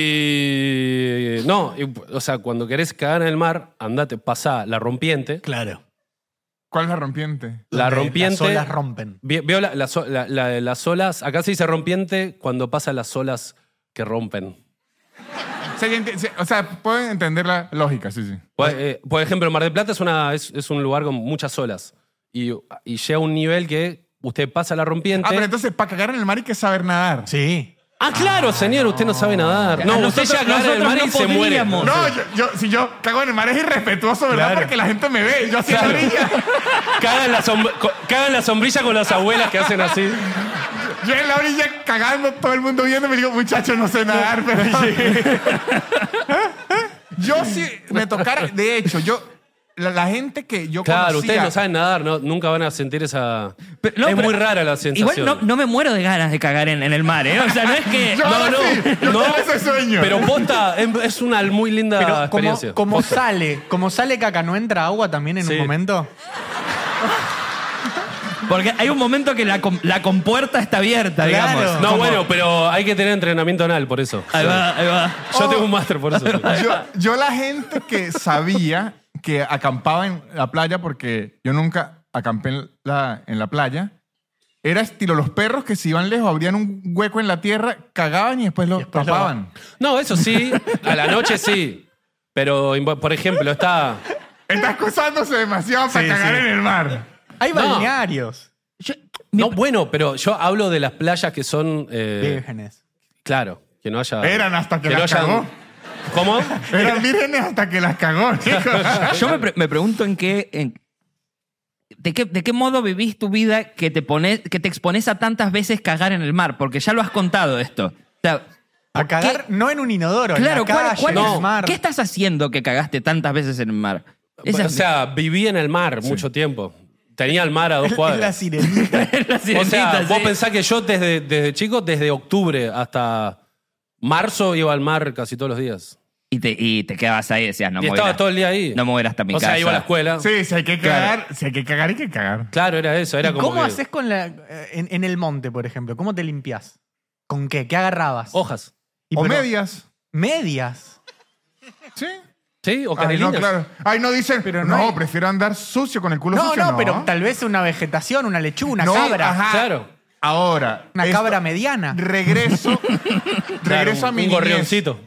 Speaker 3: y. No, y, o sea, cuando querés cagar en el mar, andate, pasa la rompiente.
Speaker 2: Claro.
Speaker 5: ¿Cuál es la rompiente?
Speaker 3: La
Speaker 2: Donde
Speaker 3: rompiente.
Speaker 2: Las olas rompen.
Speaker 3: Vi- Veo la- la so- la- la- las olas. Acá se dice rompiente cuando pasan las olas que rompen.
Speaker 5: O sea, ya enti- se- o sea, pueden entender la lógica, sí, sí.
Speaker 3: Por, eh, por ejemplo, Mar del Plata es, una, es, es un lugar con muchas olas. Y, y llega a un nivel que usted pasa la rompiente.
Speaker 5: Ah, pero entonces, para cagar en el mar hay que saber nadar.
Speaker 2: Sí.
Speaker 3: Ah, claro, señor, usted no sabe nadar. No, usted
Speaker 1: nosotros-
Speaker 3: llega a cagar en el
Speaker 1: nosotros
Speaker 3: mar y
Speaker 1: no
Speaker 3: se muere.
Speaker 1: podíamos.
Speaker 5: No, yo, yo- si yo cago en el mar es irrespetuoso, ¿verdad?
Speaker 2: Claro.
Speaker 5: Porque la gente me ve. Yo así en la orilla.
Speaker 3: Caga en la, sombr- co- caga en la sombrilla con las abuelas que hacen así.
Speaker 5: Yo en la orilla cagando, todo el mundo viendo, me digo, muchacho, no sé nadar, pero. yo sí me tocara. De hecho, yo. La, la gente que yo
Speaker 3: Claro,
Speaker 5: conocía.
Speaker 3: ustedes no saben nadar, no, nunca van a sentir esa.
Speaker 4: Pero- no,
Speaker 3: es
Speaker 4: pero-
Speaker 3: muy rara la sensación.
Speaker 4: Igual no, no me muero de ganas de cagar en, en el mar, ¿eh? O sea, no es que.
Speaker 5: Yo
Speaker 3: No,
Speaker 5: no,
Speaker 3: no,
Speaker 5: yo
Speaker 3: no.
Speaker 5: tengo ese sueño.
Speaker 3: Pero posta, em- es una muy linda
Speaker 2: Pero como,
Speaker 3: experiencia.
Speaker 2: como
Speaker 3: Posta.
Speaker 2: sale, como sale caca, ¿no entra agua también en
Speaker 3: Sí.
Speaker 2: un momento?
Speaker 4: Porque hay un momento que la, com- la compuerta está abierta,
Speaker 2: Claro.
Speaker 4: digamos.
Speaker 3: No,
Speaker 4: Como-
Speaker 3: bueno, pero hay que tener entrenamiento anal, por eso.
Speaker 4: Ahí va, ahí va.
Speaker 3: Yo tengo un máster por eso.
Speaker 5: yo, yo la gente que sabía que acampaba en la playa, porque yo nunca acampé en la, en la playa, era estilo los perros que se iban lejos, abrían un hueco en la tierra, cagaban y después lo
Speaker 2: lo-
Speaker 5: tapaban.
Speaker 3: No, eso sí, a la noche sí. Pero, impo- por ejemplo, está.
Speaker 5: Está excusándose demasiado para
Speaker 2: Sí,
Speaker 5: cagar
Speaker 2: sí.
Speaker 5: en el mar.
Speaker 2: Hay
Speaker 3: No.
Speaker 2: balnearios.
Speaker 3: No, bueno, pero yo hablo de las playas que son. eh,
Speaker 2: Vírgenes.
Speaker 3: claro, que no haya.
Speaker 5: Eran hasta que las cagó.
Speaker 3: ¿Cómo?
Speaker 5: Eran vírgenes hasta que las cagó, chicos.
Speaker 4: Yo me, pre- me pregunto en qué, en- de qué. ¿De qué modo vivís tu vida que te, pones, que te expones a tantas veces cagar en el mar? Porque ya lo has contado esto. O sea,
Speaker 2: A cagar, no en un inodoro,
Speaker 4: claro,
Speaker 2: en la
Speaker 4: ¿cuál,
Speaker 2: calle,
Speaker 4: cuál-
Speaker 2: en
Speaker 3: no.
Speaker 2: el mar.
Speaker 4: ¿qué estás haciendo que cagaste tantas veces en el mar? Esa-
Speaker 3: o sea, viví en el mar mucho tiempo. Tenía el mar a
Speaker 2: Es la- es
Speaker 3: dos
Speaker 2: la
Speaker 3: cuadras.
Speaker 2: sirenita.
Speaker 4: la
Speaker 3: o sea,
Speaker 4: sirenita,
Speaker 3: vos
Speaker 4: sí.
Speaker 3: pensás que yo desde, desde chico, desde octubre hasta marzo, iba al mar casi todos los días.
Speaker 4: Y te, y te quedabas ahí y decías, no
Speaker 3: y
Speaker 4: me voy a
Speaker 3: estaba
Speaker 4: ir a-
Speaker 3: todo el día ahí.
Speaker 4: no me voy a ir hasta mi
Speaker 3: O sea,
Speaker 4: casa.
Speaker 3: iba a la escuela.
Speaker 5: Sí, si hay que cagar, si hay que cagar, hay que cagar.
Speaker 3: Claro, era eso. Era
Speaker 2: ¿Y
Speaker 3: como
Speaker 2: ¿Cómo
Speaker 3: que-
Speaker 2: haces con la. eh, En, en el monte, por ejemplo? ¿Cómo te limpias? ¿Con qué? ¿Qué agarrabas?
Speaker 3: Hojas.
Speaker 2: Y
Speaker 5: O
Speaker 2: pero-
Speaker 5: medias.
Speaker 2: Medias.
Speaker 5: Sí.
Speaker 3: ¿Sí? O
Speaker 5: Ay, no,
Speaker 3: carilinas.
Speaker 5: claro. Ay, no dicen, no,
Speaker 2: no hay-
Speaker 5: prefiero andar sucio con el culo
Speaker 2: No,
Speaker 5: sucio.
Speaker 2: no, pero tal vez una vegetación, una lechuga, una
Speaker 5: No,
Speaker 2: cabra.
Speaker 5: ajá.
Speaker 3: Claro.
Speaker 5: Ahora.
Speaker 2: Una
Speaker 5: esto-
Speaker 2: cabra mediana.
Speaker 5: Regreso. regreso
Speaker 3: Claro,
Speaker 5: a mi
Speaker 3: un
Speaker 5: niñez.
Speaker 3: gorrioncito.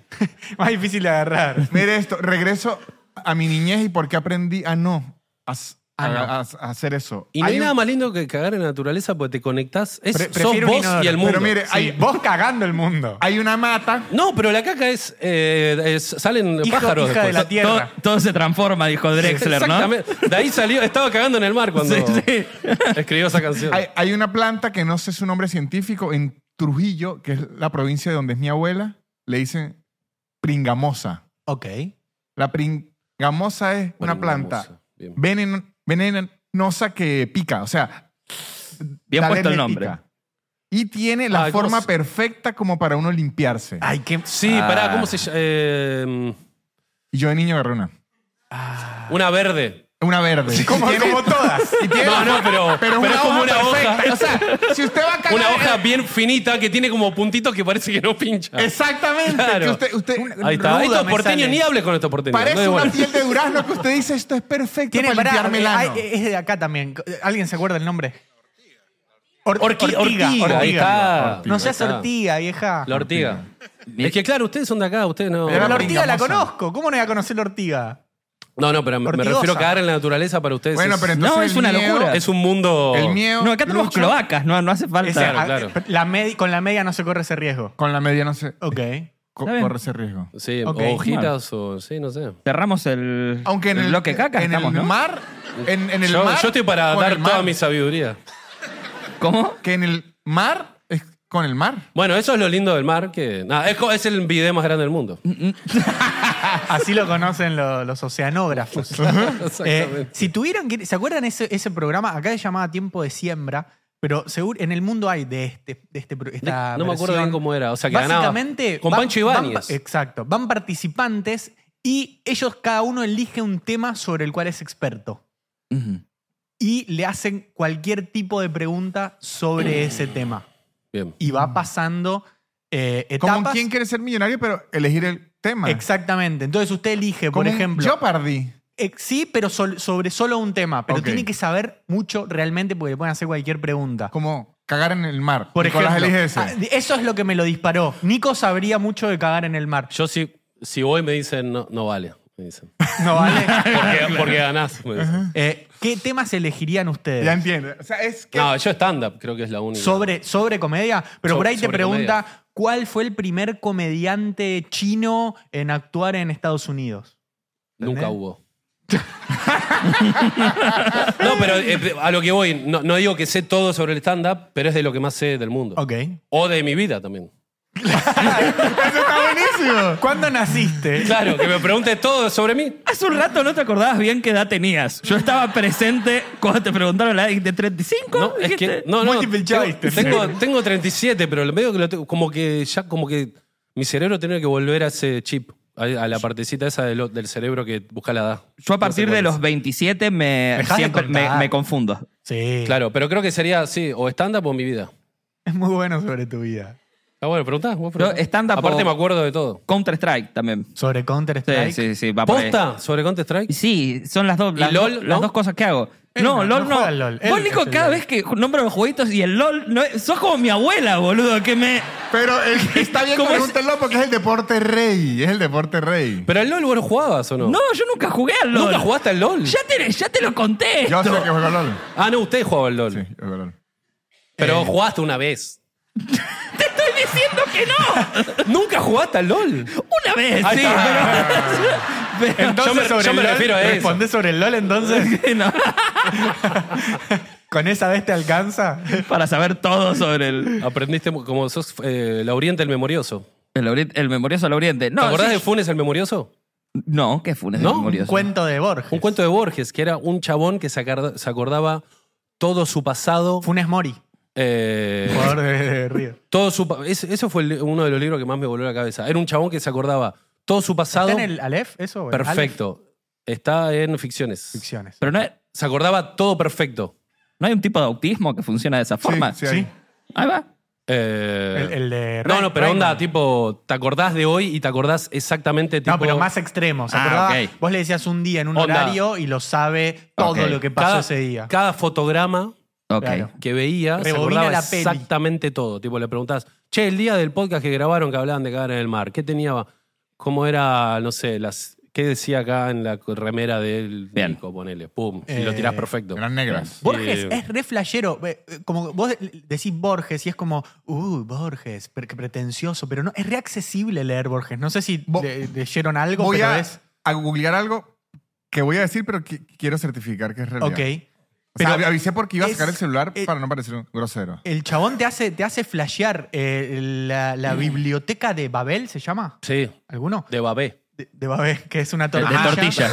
Speaker 2: Más difícil de agarrar.
Speaker 5: Mira esto, regreso a mi niñez y por qué aprendí a Ah, no, a, s- a- a- a hacer eso.
Speaker 3: Y no hay,
Speaker 5: Hay un-
Speaker 3: nada más lindo que cagar en la naturaleza porque te conectás. Es,
Speaker 2: Pre-
Speaker 3: sos
Speaker 2: prefiero un
Speaker 3: vos
Speaker 2: inodoro.
Speaker 3: y el mundo.
Speaker 5: Pero mire,
Speaker 2: Sí,
Speaker 5: hay,
Speaker 2: vos cagando el mundo.
Speaker 5: hay una mata.
Speaker 3: No, pero la caca es. eh, es- salen
Speaker 2: Hijo-
Speaker 3: pájaros
Speaker 2: hija de
Speaker 3: después.
Speaker 2: la tierra.
Speaker 4: todo, todo se transforma, dijo Drexler, ¿no?
Speaker 3: Exactamente. De ahí salió. Estaba cagando en el mar cuando
Speaker 4: Sí, sí.
Speaker 3: escribió esa canción.
Speaker 5: Hay, hay una planta que no sé su nombre científico en Trujillo, que es la provincia de donde es mi abuela, le dicen pringamosa.
Speaker 2: Ok.
Speaker 5: La pringamosa es una planta
Speaker 3: Pringamosa, bien.
Speaker 5: venen- venenosa que pica, o sea,
Speaker 4: Bien
Speaker 5: la
Speaker 4: puesto el
Speaker 5: leña
Speaker 4: nombre.
Speaker 5: pica. Y tiene la
Speaker 3: Ah, ¿cómo
Speaker 5: forma
Speaker 3: se-
Speaker 5: perfecta como para uno limpiarse.
Speaker 2: Ay, qué.
Speaker 3: Sí,
Speaker 5: Ah.
Speaker 3: pará, ¿cómo se llama? Eh,
Speaker 5: Y yo de niño agarré una.
Speaker 3: una verde.
Speaker 5: Una verde.
Speaker 2: Como,
Speaker 5: Si tiene-
Speaker 2: como todas.
Speaker 5: si tiene-
Speaker 3: No, no, pero, pero,
Speaker 5: una
Speaker 3: es como una
Speaker 5: hoja perfecta.
Speaker 3: hoja.
Speaker 5: O sea, si usted va a cagar...
Speaker 3: Una hoja bien finita que tiene como puntitos que parece que no pincha.
Speaker 5: Exactamente.
Speaker 3: Claro.
Speaker 5: que usted, usted-
Speaker 3: Ahí está.
Speaker 2: ruda
Speaker 3: Estos
Speaker 2: me
Speaker 3: porteños
Speaker 2: sale.
Speaker 3: ni hables con estos porteños.
Speaker 5: Parece
Speaker 3: no de
Speaker 5: una
Speaker 3: buena.
Speaker 5: piel de durazno que usted dice, esto es perfecto
Speaker 2: Tiene eh,
Speaker 5: para
Speaker 2: pará,
Speaker 5: limpiarme el ano.
Speaker 2: hay- Es de acá también. ¿Alguien se acuerda el nombre? Or-
Speaker 3: Orqui- ortiga, Ahí está.
Speaker 2: No seas
Speaker 3: Ahí está.
Speaker 2: ortiga, vieja.
Speaker 3: La ortiga. Es que claro, ustedes son de acá, ustedes no.
Speaker 5: Pero
Speaker 2: Pero la ortiga la
Speaker 5: pringamosa.
Speaker 2: conozco. ¿Cómo no voy a conocer la ortiga?
Speaker 3: No, no, pero me, me
Speaker 2: Ortigosa.
Speaker 3: refiero a cagar en la naturaleza para ustedes. eh,
Speaker 5: Bueno,
Speaker 3: es,
Speaker 5: pero entonces
Speaker 1: No, es
Speaker 5: el
Speaker 1: una
Speaker 5: miedo-
Speaker 1: locura.
Speaker 3: es un mundo.
Speaker 5: El miedo...
Speaker 1: No, acá tenemos
Speaker 5: lucha.
Speaker 1: cloacas, no, no hace falta.
Speaker 2: Ese-
Speaker 3: Claro,
Speaker 2: a-
Speaker 3: claro.
Speaker 2: la med- con la media no se corre ese riesgo.
Speaker 5: Con la media no se...
Speaker 2: Ok.
Speaker 5: co-
Speaker 1: Está bien.
Speaker 5: corre ese riesgo.
Speaker 3: Sí,
Speaker 2: Ok.
Speaker 3: o hojitas o. Sí, no sé.
Speaker 1: Cerramos el,
Speaker 5: Aunque en el,
Speaker 1: bloque caca,
Speaker 5: en
Speaker 1: estamos,
Speaker 5: el
Speaker 1: ¿no?
Speaker 5: mar... En, en el
Speaker 3: Yo,
Speaker 5: mar,
Speaker 3: yo estoy para
Speaker 5: con
Speaker 3: dar
Speaker 5: el mar.
Speaker 3: toda mi sabiduría.
Speaker 1: ¿Cómo?
Speaker 5: Que en el mar es con el mar.
Speaker 3: Bueno, eso es lo lindo del mar, que nada, es, co- es el bidet más grande del mundo.
Speaker 2: Así lo conocen lo- los oceanógrafos.
Speaker 3: Exactamente.
Speaker 2: Eh, si tuvieran que. ¿Se acuerdan ese, ese programa? Acá se llamaba Tiempo de Siembra, pero seguro en el mundo hay de este, de este pro- esta
Speaker 3: No me acuerdo
Speaker 2: versión.
Speaker 3: bien cómo era, o sea, que ganaba
Speaker 2: Básicamente.
Speaker 3: con
Speaker 2: van-
Speaker 3: Pancho
Speaker 2: van
Speaker 3: Ibáñez.
Speaker 2: pa- exacto. Van participantes y ellos, cada uno elige un tema sobre el cual es experto.
Speaker 1: Ujú.
Speaker 2: Y le hacen cualquier tipo de pregunta sobre ese tema.
Speaker 3: Bien.
Speaker 2: Y va pasando eh,
Speaker 5: Como
Speaker 2: etapas.
Speaker 5: en quién quiere ser millonario, pero elegir el tema.
Speaker 2: Exactamente. Entonces usted elige, por
Speaker 5: Como en
Speaker 2: ejemplo.
Speaker 5: Jeopardy.
Speaker 2: Eh, sí, pero sol- sobre solo un tema. Pero
Speaker 5: Ok.
Speaker 2: tiene que saber mucho realmente porque le pueden hacer cualquier pregunta.
Speaker 5: Como cagar en el mar.
Speaker 2: Por
Speaker 5: Nicolás
Speaker 2: ejemplo,
Speaker 5: elige ese.
Speaker 2: ah, eso es lo que me lo disparó. Nico sabría mucho de cagar en el mar.
Speaker 3: Yo si, si voy me dicen no, no vale, me dicen.
Speaker 2: ¿No vale?
Speaker 3: Porque, porque ganás, me dicen.
Speaker 2: Eh, ¿Qué temas elegirían ustedes?
Speaker 5: Ya entiendo. O sea, es que...
Speaker 3: No, yo stand-up creo que es la única.
Speaker 2: sobre, sobre comedia, pero
Speaker 3: So-
Speaker 2: por ahí te
Speaker 3: sobre
Speaker 2: pregunta cuál fue el primer comediante chino en actuar en Estados Unidos.
Speaker 3: Nunca hubo. no, pero eh, a lo que voy, no, no digo que sé todo sobre el stand-up, pero es de lo que más sé del mundo.
Speaker 2: Ok.
Speaker 3: O de mi vida también.
Speaker 5: ¡Eso está buenísimo!
Speaker 2: ¿Cuándo naciste?
Speaker 3: Claro, que me pregunte todo sobre mí.
Speaker 1: Hace un rato no te acordabas bien qué edad tenías. Yo estaba presente cuando te preguntaron la edad de 35.
Speaker 3: No, es que.
Speaker 1: dijiste.
Speaker 3: No, no.
Speaker 2: Multiple
Speaker 3: Tengo,
Speaker 2: choice,
Speaker 3: tengo, tengo 37, pero lo medio que lo tengo- Como que ya, como que mi cerebro tiene que volver a ese chip, a, a la partecita esa del, del cerebro que busca la edad.
Speaker 1: Yo a partir
Speaker 3: No sé
Speaker 1: de
Speaker 3: cuál
Speaker 1: los 27 me,
Speaker 2: Dejá de
Speaker 1: siempre me,
Speaker 2: contar.
Speaker 1: me confundo.
Speaker 2: Sí.
Speaker 3: es. Claro, pero creo que sería, sí, o stand-up o mi vida.
Speaker 2: Es muy bueno sobre tu vida.
Speaker 3: Ah, bueno, preguntá, vos preguntá.
Speaker 1: Yo, stand-up
Speaker 3: Aparte
Speaker 1: o-
Speaker 3: me acuerdo de todo.
Speaker 1: Counter Strike también.
Speaker 2: Sobre Counter
Speaker 1: Sí,
Speaker 2: Strike.
Speaker 1: sí, sí. Va Ah, por ahí.
Speaker 3: ¿Posta sobre Counter-Strike?
Speaker 1: Sí, son las dos,
Speaker 3: ¿Y
Speaker 1: las,
Speaker 3: LOL,
Speaker 1: do- las
Speaker 3: no?
Speaker 1: dos cosas que hago.
Speaker 2: Él
Speaker 1: no,
Speaker 2: no,
Speaker 1: LOL
Speaker 2: no
Speaker 1: no.
Speaker 2: juega al LOL,
Speaker 1: Vos,
Speaker 2: él
Speaker 1: Nico,
Speaker 2: es el
Speaker 1: cada
Speaker 2: LOL.
Speaker 1: vez que nombro los jueguitos y el LOL, no es- sos como mi abuela, boludo, que me...
Speaker 5: Pero el- está bien,
Speaker 1: ¿Cómo es?
Speaker 5: pregúntenlo porque es el deporte rey. Es el deporte rey.
Speaker 3: Pero el LOL vos no jugabas o no?
Speaker 1: No, yo nunca jugué al LOL.
Speaker 3: ¿Nunca jugaste al LOL?
Speaker 1: Ya te, ya te lo conté.
Speaker 5: Yo sé que juega LOL.
Speaker 3: Ah, no, usted jugaba al LOL.
Speaker 5: Sí, juega LOL.
Speaker 2: Eh,
Speaker 3: Pero jugaste una vez.
Speaker 1: Te estoy diciendo que no.
Speaker 3: ¿Nunca jugaste al LOL?
Speaker 1: Una vez,
Speaker 3: Ahí
Speaker 1: sí, pero... pero-
Speaker 3: Yo me- yo me
Speaker 2: el LOL,
Speaker 3: refiero a eso.
Speaker 2: ¿Respondés sobre el LOL entonces?
Speaker 1: no,
Speaker 2: ¿Con esa vez te alcanza?
Speaker 1: para saber todo sobre el...
Speaker 3: Aprendiste mu- como sos eh, Lauriente el Memorioso.
Speaker 1: El, ori- el memorioso al oriente. No,
Speaker 3: ¿Te acordás
Speaker 1: sí,
Speaker 3: de Funes el Memorioso?
Speaker 1: No, ¿qué Funes
Speaker 3: ¿No?
Speaker 1: el
Speaker 2: Un
Speaker 1: memorioso?
Speaker 2: cuento de Borges.
Speaker 3: Un cuento de Borges, que era un chabón que se, acarda- se acordaba todo su pasado.
Speaker 2: Funes Mori,
Speaker 3: eh,
Speaker 2: jugador de, de Río.
Speaker 3: todo su pa- es- eso fue el- uno de los libros que más me voló la cabeza. Era un chabón que se acordaba todo su pasado.
Speaker 2: ¿Está en el Aleph eso? o el Aleph?
Speaker 3: perfecto. Está en ficciones.
Speaker 2: Ficciones.
Speaker 1: Pero no, hay-
Speaker 3: Se acordaba todo perfecto.
Speaker 1: no hay un tipo de autismo que funciona de esa forma.
Speaker 5: sí, ahí.
Speaker 1: Ahí va.
Speaker 3: Eh,
Speaker 2: El, el de
Speaker 3: no,
Speaker 2: Ray-
Speaker 3: no, pero
Speaker 2: Raymond.
Speaker 3: onda, tipo, te acordás de hoy y te acordás exactamente tipo.
Speaker 2: No, pero más extremos.
Speaker 1: Ah,
Speaker 2: acordaba?
Speaker 1: ok.
Speaker 2: Vos le decías un día en un
Speaker 3: Onda.
Speaker 2: horario y lo sabe todo
Speaker 1: Ok.
Speaker 2: lo que pasó
Speaker 3: cada,
Speaker 2: ese día.
Speaker 3: cada fotograma
Speaker 1: Ok.
Speaker 2: Claro.
Speaker 3: que veía se
Speaker 2: Rebobina
Speaker 3: acordaba
Speaker 2: la peli.
Speaker 3: exactamente todo. Tipo, le preguntás, che, el día del podcast que grabaron que hablaban de cagar en el mar, ¿qué tenía? ¿Cómo era, no sé, las. ¿Qué decía acá en la remera del
Speaker 1: Bien.
Speaker 3: Nico? Ponele, pum, y lo
Speaker 2: Eh,
Speaker 3: tirás perfecto.
Speaker 5: Gran negras.
Speaker 2: Borges
Speaker 3: Eh,
Speaker 2: es re flashero. Eh, eh, Como vos decís Borges y es como, uh, Borges, pero qué pretencioso. Pero no, es re accesible leer Borges. No sé si
Speaker 5: Bo-
Speaker 2: le- leyeron algo,
Speaker 5: Voy
Speaker 2: pero
Speaker 5: a,
Speaker 2: es.
Speaker 5: a googlear algo que voy a decir, pero qui- quiero certificar que es realidad.
Speaker 2: Ok.
Speaker 5: O sea,
Speaker 2: Pero-
Speaker 5: avisé porque iba a sacar
Speaker 2: es-
Speaker 5: el celular
Speaker 2: eh,
Speaker 5: para no parecer un grosero.
Speaker 2: El chabón te hace, te hace flashear eh, la, la biblioteca de Babel, ¿se llama?
Speaker 3: Sí,
Speaker 2: ¿Alguno?
Speaker 3: de Babé.
Speaker 2: De, de Babel, que es una
Speaker 1: De,
Speaker 2: tortilla.
Speaker 1: de tortilla.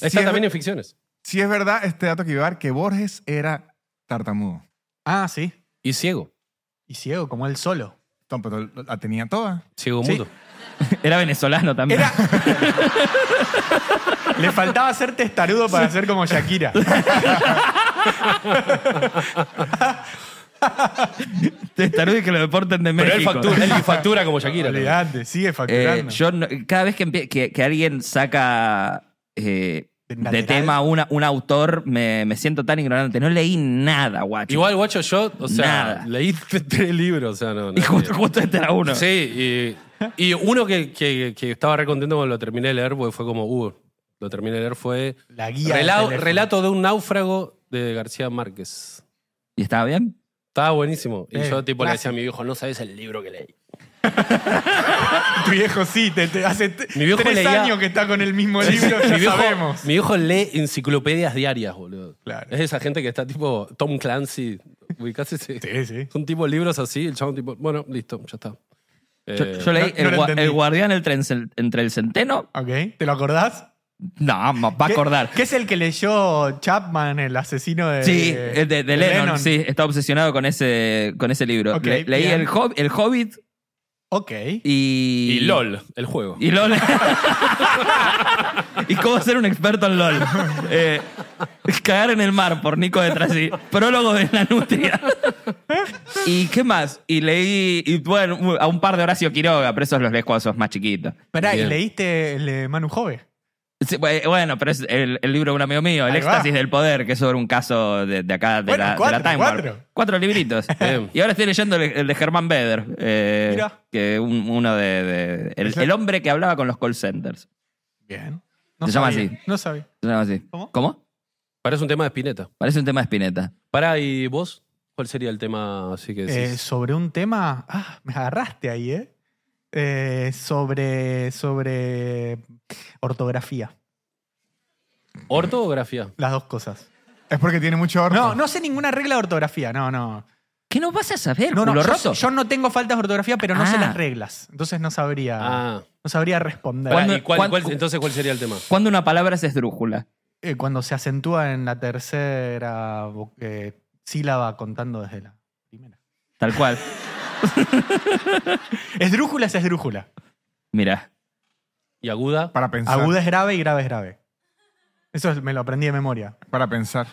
Speaker 3: Está
Speaker 5: es-
Speaker 3: también en ficciones.
Speaker 5: Si es verdad este dato que iba a dar, que Borges era tartamudo.
Speaker 2: Ah, sí.
Speaker 3: Y ciego.
Speaker 2: Y ciego, como él solo.
Speaker 5: Tom, pero la tenía toda.
Speaker 3: Ciego
Speaker 2: Sí.
Speaker 3: mudo.
Speaker 1: Era venezolano también.
Speaker 2: Le faltaba ser testarudo para ser como Shakira.
Speaker 1: Testarudo y que lo deporten de
Speaker 3: Pero
Speaker 1: México.
Speaker 3: él factura, él factura como Shakira. también.
Speaker 2: Olvidate, sigue
Speaker 4: Eh,
Speaker 2: facturando.
Speaker 4: yo no- cada vez que, empie- que, que alguien saca eh, de
Speaker 2: Lateral.
Speaker 4: tema una, un autor, me, me siento tan ignorante. No leí nada, guacho.
Speaker 3: Igual, guacho, yo, o sea,
Speaker 4: Nada.
Speaker 3: leí tres libros, o sea, no.
Speaker 4: Y
Speaker 3: no-
Speaker 4: justo, justo este era uno.
Speaker 3: Sí, y, y uno que, que- que estaba re contento cuando lo terminé de leer, porque fue como, uh, lo terminé de leer, fue
Speaker 2: La guía. del
Speaker 3: Rela-
Speaker 2: teléfono.
Speaker 3: Relato de un náufrago de García Márquez.
Speaker 4: ¿Y estaba bien?
Speaker 3: Estaba buenísimo. Y
Speaker 2: Eh,
Speaker 3: yo, tipo, le decía a mi viejo, no sabes el libro que leí.
Speaker 2: Tu viejo sí, te, te- hace t-
Speaker 3: Mi viejo
Speaker 2: tres
Speaker 3: leía-
Speaker 2: años que está con el mismo libro,
Speaker 3: mi,
Speaker 2: ya
Speaker 3: viejo,
Speaker 2: sabemos.
Speaker 3: mi viejo lee enciclopedias diarias, boludo.
Speaker 2: Claro.
Speaker 3: Es esa gente que está tipo Tom Clancy. Ubicás ese.
Speaker 2: Sí, sí.
Speaker 3: Son tipo libros así, el chabón tipo, bueno, listo, ya está.
Speaker 4: Yo,
Speaker 3: Eh,
Speaker 4: yo leí
Speaker 2: no- no
Speaker 4: el,
Speaker 2: lo
Speaker 4: gua-
Speaker 2: entendí.
Speaker 4: el guardián entre, el- entre el centeno.
Speaker 2: Ok, ¿te lo acordás?
Speaker 4: No, me va a
Speaker 2: ¿Qué-
Speaker 4: acordar.
Speaker 2: ¿Qué es el que leyó Chapman, el asesino de,
Speaker 4: Sí, eh, de, de Lennon, sí, está obsesionado con ese, con ese libro.
Speaker 2: Ok,
Speaker 4: Le- leí
Speaker 2: bien.
Speaker 4: el, Hob- el Hobbit
Speaker 2: Ok.
Speaker 4: y.
Speaker 3: y LOL, el juego.
Speaker 4: Y LOL. y cómo ser un experto en LOL. Eh, cagar en el mar por Nico de Trasí. Prólogo de la nutria. ¿Y qué más? Y leí, y bueno, uh, a un par de Horacio Quiroga, pero esos los lees cuando sos más chiquito.
Speaker 2: Pará, ¿y
Speaker 3: Bien.
Speaker 2: leíste el de Manu Jove?
Speaker 4: Sí, bue- bueno, pero es el, el libro de un amigo mío, El
Speaker 2: Ahí va.
Speaker 4: éxtasis del poder, que es sobre un caso de, de acá, de,
Speaker 2: Bueno,
Speaker 4: la, de
Speaker 2: cuatro,
Speaker 4: la Time Warp.
Speaker 2: cuatro.
Speaker 4: Cuatro libritos.
Speaker 3: Bien.
Speaker 4: y ahora estoy leyendo el, el de Germán Beder, eh,
Speaker 2: Mirá.
Speaker 4: que un- uno de... de- el, el hombre que hablaba con los call centers.
Speaker 2: Bien. No
Speaker 4: Se llama
Speaker 2: sabía,
Speaker 4: así.
Speaker 2: No sabía.
Speaker 4: Se llama así.
Speaker 2: ¿Cómo?
Speaker 3: Parece un tema de Spinetta.
Speaker 4: Parece un tema de Spinetta.
Speaker 3: Pará, ¿y vos? ¿Cuál sería el tema así que decís?
Speaker 2: Eh, sobre un tema. Ah, me agarraste ahí, ¿eh? Eh, sobre. sobre. ortografía.
Speaker 3: ¿Ortografía?
Speaker 2: Las dos cosas.
Speaker 5: Es porque tiene mucho orto.
Speaker 2: No, no sé ninguna regla de ortografía, no, no.
Speaker 4: ¿Qué no vas a saber,
Speaker 2: No, no,
Speaker 4: culo
Speaker 2: yo,
Speaker 4: roto?
Speaker 2: yo no tengo faltas de ortografía, pero no sé
Speaker 4: Ah.
Speaker 2: las reglas. Entonces no sabría.
Speaker 3: Ah.
Speaker 2: No sabría responder.
Speaker 3: Pará,
Speaker 4: ¿Cuándo-
Speaker 3: ¿y cuál-
Speaker 4: cuán-
Speaker 3: cuál- entonces, ¿cuál sería el tema?
Speaker 4: ¿Cuándo una palabra se esdrújula?
Speaker 2: Eh, cuando se acentúa en la tercera vo- eh, sílaba contando desde la primera.
Speaker 4: Tal cual.
Speaker 2: Esdrújula es esdrújula.
Speaker 4: Mira.
Speaker 3: ¿Y aguda?
Speaker 5: Para pensar.
Speaker 2: Aguda es grave y grave es grave. Eso es- me lo aprendí de memoria.
Speaker 5: Para pensar.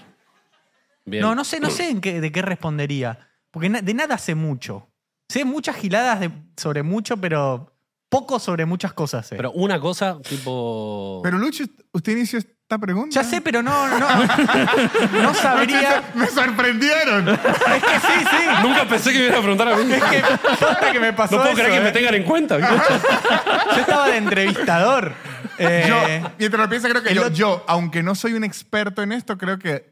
Speaker 3: Bien.
Speaker 2: No, no sé, no sé en qué- de qué respondería. Porque na- de nada sé mucho. Sé muchas giladas de- sobre mucho, pero poco sobre muchas cosas sé.
Speaker 3: Pero una cosa, tipo...
Speaker 5: Pero Lucho, usted inició esta pregunta.
Speaker 2: ya sé, pero no, no, no sabría.
Speaker 5: Me sorprendieron.
Speaker 2: Es que sí, sí.
Speaker 3: Nunca pensé que me iban a preguntar a mí.
Speaker 2: Es que, posta que me pasó
Speaker 3: No puedo
Speaker 2: eso,
Speaker 3: creer que
Speaker 2: eh.
Speaker 3: me tengan en cuenta.
Speaker 2: Yo estaba de entrevistador.
Speaker 5: Yo,
Speaker 2: Eh,
Speaker 5: mientras lo piensa, creo que
Speaker 2: el
Speaker 5: yo,
Speaker 2: otro-
Speaker 5: yo, aunque no soy un experto en esto, creo que